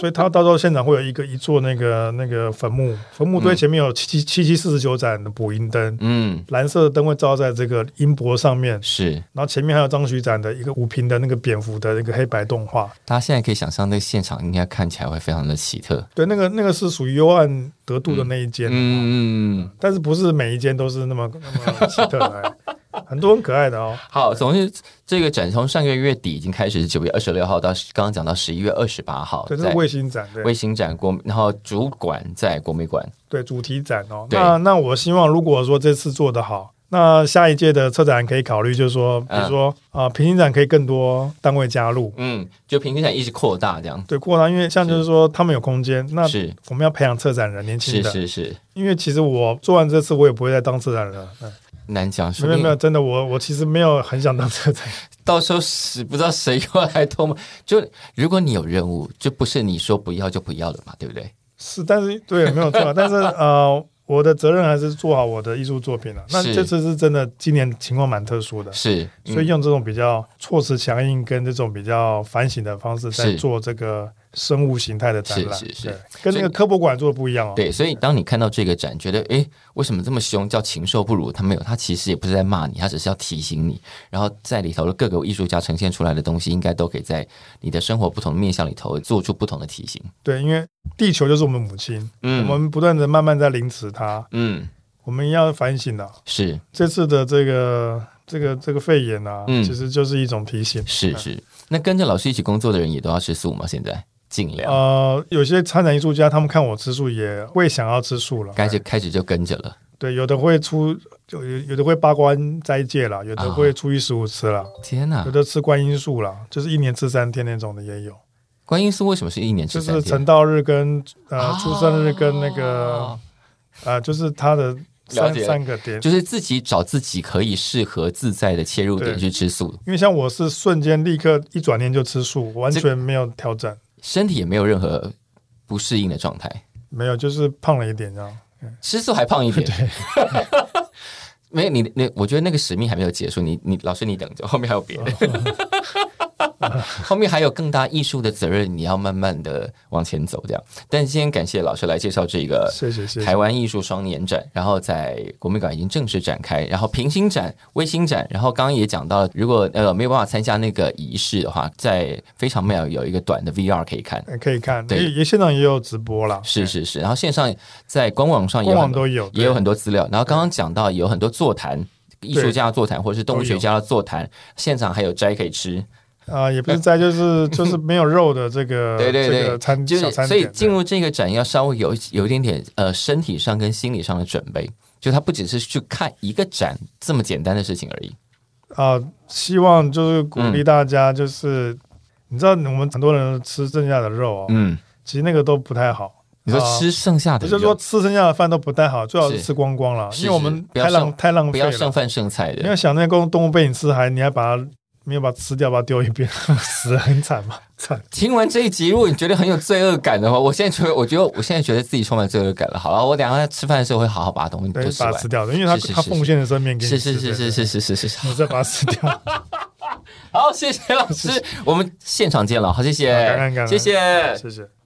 Speaker 3: 所以他到时候现场会有一个一座那个那个坟墓，坟墓堆
Speaker 2: 嗯
Speaker 3: 前面有七七七七四十九盏的补阴灯，
Speaker 2: 嗯，
Speaker 3: 蓝色的灯会照在这个阴箔上面，
Speaker 2: 是。
Speaker 3: 然后前面还有张徐展的一个五屏的那个蝙蝠的那个黑白动画，
Speaker 2: 大家现在可以想象，那个现场应该看起来会非常的奇特。
Speaker 3: 对，那个那个是属于幽暗得度的那一间，
Speaker 2: 嗯，嗯
Speaker 3: 但是不是每一间都是那么那么奇特的、
Speaker 2: [laughs]
Speaker 3: 哎很多很可爱的哦。
Speaker 2: 好，总之这个展从上个月底已经开始，九月二十六号到刚刚讲到十一月二十八号，
Speaker 3: 对，这
Speaker 2: 在
Speaker 3: 是卫星展，
Speaker 2: 卫
Speaker 3: 对
Speaker 2: 星展国，然后主管在国美馆。
Speaker 3: 对，主题展哦。
Speaker 2: 对
Speaker 3: 那那我希望，如果说这次做得好，那下一届的策展可以考虑，就是说，比如说啊、平行展可以更多单位加入，
Speaker 2: 嗯，就平均展一直扩大这样。
Speaker 3: 对，扩大，因为像就是说他们有空间，那
Speaker 2: 是
Speaker 3: 我们要培养策展人，年轻
Speaker 2: 是
Speaker 3: 的，
Speaker 2: 是是，
Speaker 3: 因为其实我做完这次，我也不会再当策展人了。嗯
Speaker 2: 难讲，说
Speaker 3: 没
Speaker 2: 不
Speaker 3: 有
Speaker 2: 定
Speaker 3: 没有，真的，我我其实没有很想当策展人。
Speaker 2: 到时候死不知道谁又要来偷摸。就如果你有任务，就不是你说不要就不要的嘛，对不对？
Speaker 3: 是，但是对，没有错啊。但是呃，我的责任还是做好我的艺术作品了、啊那
Speaker 2: 是
Speaker 3: 这次是真的，今年情况蛮特殊的，
Speaker 2: 是，嗯
Speaker 3: 所以用这种比较措辞强硬跟这种比较反省的方式，在
Speaker 2: 是
Speaker 3: 做这个生物形态的展览，
Speaker 2: 是是是
Speaker 3: 对跟那
Speaker 2: 所
Speaker 3: 个
Speaker 2: 以
Speaker 3: 科博馆做的不一样哦。
Speaker 2: 对，所以当你看到这个展，觉得诶，为什么这么凶，叫禽兽不如？他没有，他其实也不是在骂你，他只是要提醒你。然后在里头的各个艺术家呈现出来的东西，应该都可以在你的生活不同的面向里头做出不同的提醒。
Speaker 3: 对，因为地球就是我们母亲，
Speaker 2: 嗯
Speaker 3: 我们不断的慢慢在凌迟它，
Speaker 2: 嗯，
Speaker 3: 我们要反省的、哦
Speaker 2: 是
Speaker 3: 这次的这个这个这个肺炎啊，
Speaker 2: 嗯
Speaker 3: 其实就是一种提醒。
Speaker 2: 是是。那跟着老师一起工作的人也都要吃素吗？现在尽量，
Speaker 3: 呃，有些参展艺术家，他们看我吃素，也会想要吃素了。
Speaker 2: 该就开始就跟着了，
Speaker 3: 对，有的会出，就有有的会八关斋戒
Speaker 2: 啊
Speaker 3: 啦，有的会初一十五吃啦，
Speaker 2: 天哪
Speaker 3: 有！的吃观音素啦，就是一年吃三天那种的也有，
Speaker 2: 观音素为什么是一年
Speaker 3: 就
Speaker 2: 吃三
Speaker 3: 是
Speaker 2: 天
Speaker 3: 成？道日跟呃
Speaker 2: 啊
Speaker 3: 出生日跟那个呃，就是他的
Speaker 2: 了
Speaker 3: 三
Speaker 2: 解
Speaker 3: 三个点，
Speaker 2: 就是自己找自己可以适合自在的切入点
Speaker 3: 对
Speaker 2: 去吃素，
Speaker 3: 因为像我是瞬间立刻一转念就吃素，完全没有调整，
Speaker 2: 身体也没有任何不适应的状态，
Speaker 3: 没有就是胖了一点这样。
Speaker 2: 吃素还胖一点。 [laughs] 没有你，你我觉得那个使命还没有结束，你你老师你等着，后面还有别的，
Speaker 3: [laughs]
Speaker 2: 后面还有更大艺术的责任，你要慢慢的往前走这样。但今天感谢老师来介绍这个
Speaker 3: 谢谢谢谢
Speaker 2: 台湾艺术双年展，然后在国美馆已经正式展开，然后平行展、卫星展，然后刚刚也讲到，如果呃没有办法参加那个仪式的话，在非常妙有一个短的 VR 可以看，
Speaker 3: 呃可以看，
Speaker 2: 对
Speaker 3: 也也现场也有直播啦，哎
Speaker 2: 是是是，然后线上在官网上也
Speaker 3: 官
Speaker 2: 有
Speaker 3: 网
Speaker 2: 很多
Speaker 3: 都有，
Speaker 2: 也有很多资料，然后刚刚讲到有很多座谈。艺术家的座谈，或者是动物学家的座谈，现场还有斋可以吃，
Speaker 3: 啊、也不是在就是就是没有肉的这
Speaker 2: [laughs]
Speaker 3: 个
Speaker 2: 对对对
Speaker 3: 这个餐
Speaker 2: 就
Speaker 3: 小
Speaker 2: 是
Speaker 3: 餐
Speaker 2: 所以
Speaker 3: 点，
Speaker 2: 进入这个展要稍微有一有一点点呃身体上跟心理上的准备，就它不只是去看一个展这么简单的事情而已。
Speaker 3: 啊、希望就是鼓
Speaker 2: 嗯
Speaker 3: 励大家，就是、你知道我们很多人吃剩下的肉哦，
Speaker 2: 嗯，
Speaker 3: 其实那个都不太好。
Speaker 2: 你说
Speaker 3: 啊
Speaker 2: 吃剩下的
Speaker 3: 也
Speaker 2: 肉，
Speaker 3: 就是说，吃剩下的饭都不太好，最好是
Speaker 2: 是
Speaker 3: 吃光光了，
Speaker 2: 是
Speaker 3: 因为我们
Speaker 2: 是不要
Speaker 3: 太浪
Speaker 2: 剩
Speaker 3: 太浪
Speaker 2: 不
Speaker 3: 费
Speaker 2: 要
Speaker 3: 了。
Speaker 2: 剩饭剩菜
Speaker 3: 你要
Speaker 2: 的，
Speaker 3: 想那个动物被你吃，还你还把它没有把它吃掉，把它丢一边， [laughs] 死得很惨嘛，惨。
Speaker 2: 听完这一集，如果你觉得很有罪恶感的话，我现在觉得，我觉得我现在觉得自己充满罪恶感了。好了，我等一下吃饭的时候会好好把东西
Speaker 3: 对
Speaker 2: 都，吃
Speaker 3: 把
Speaker 2: 完
Speaker 3: 它。吃掉的，因为它
Speaker 2: 是是
Speaker 3: 它
Speaker 2: 是
Speaker 3: 奉献了生命给你
Speaker 2: 是
Speaker 3: 吃，
Speaker 2: 是是是是
Speaker 3: 对，
Speaker 2: 是是是，
Speaker 3: 对你再把它吃掉。 [laughs]
Speaker 2: [laughs] 好，谢谢老师，我们现场见了，好，谢谢
Speaker 3: 好感恩感，恩
Speaker 2: 谢谢。
Speaker 3: 谢谢。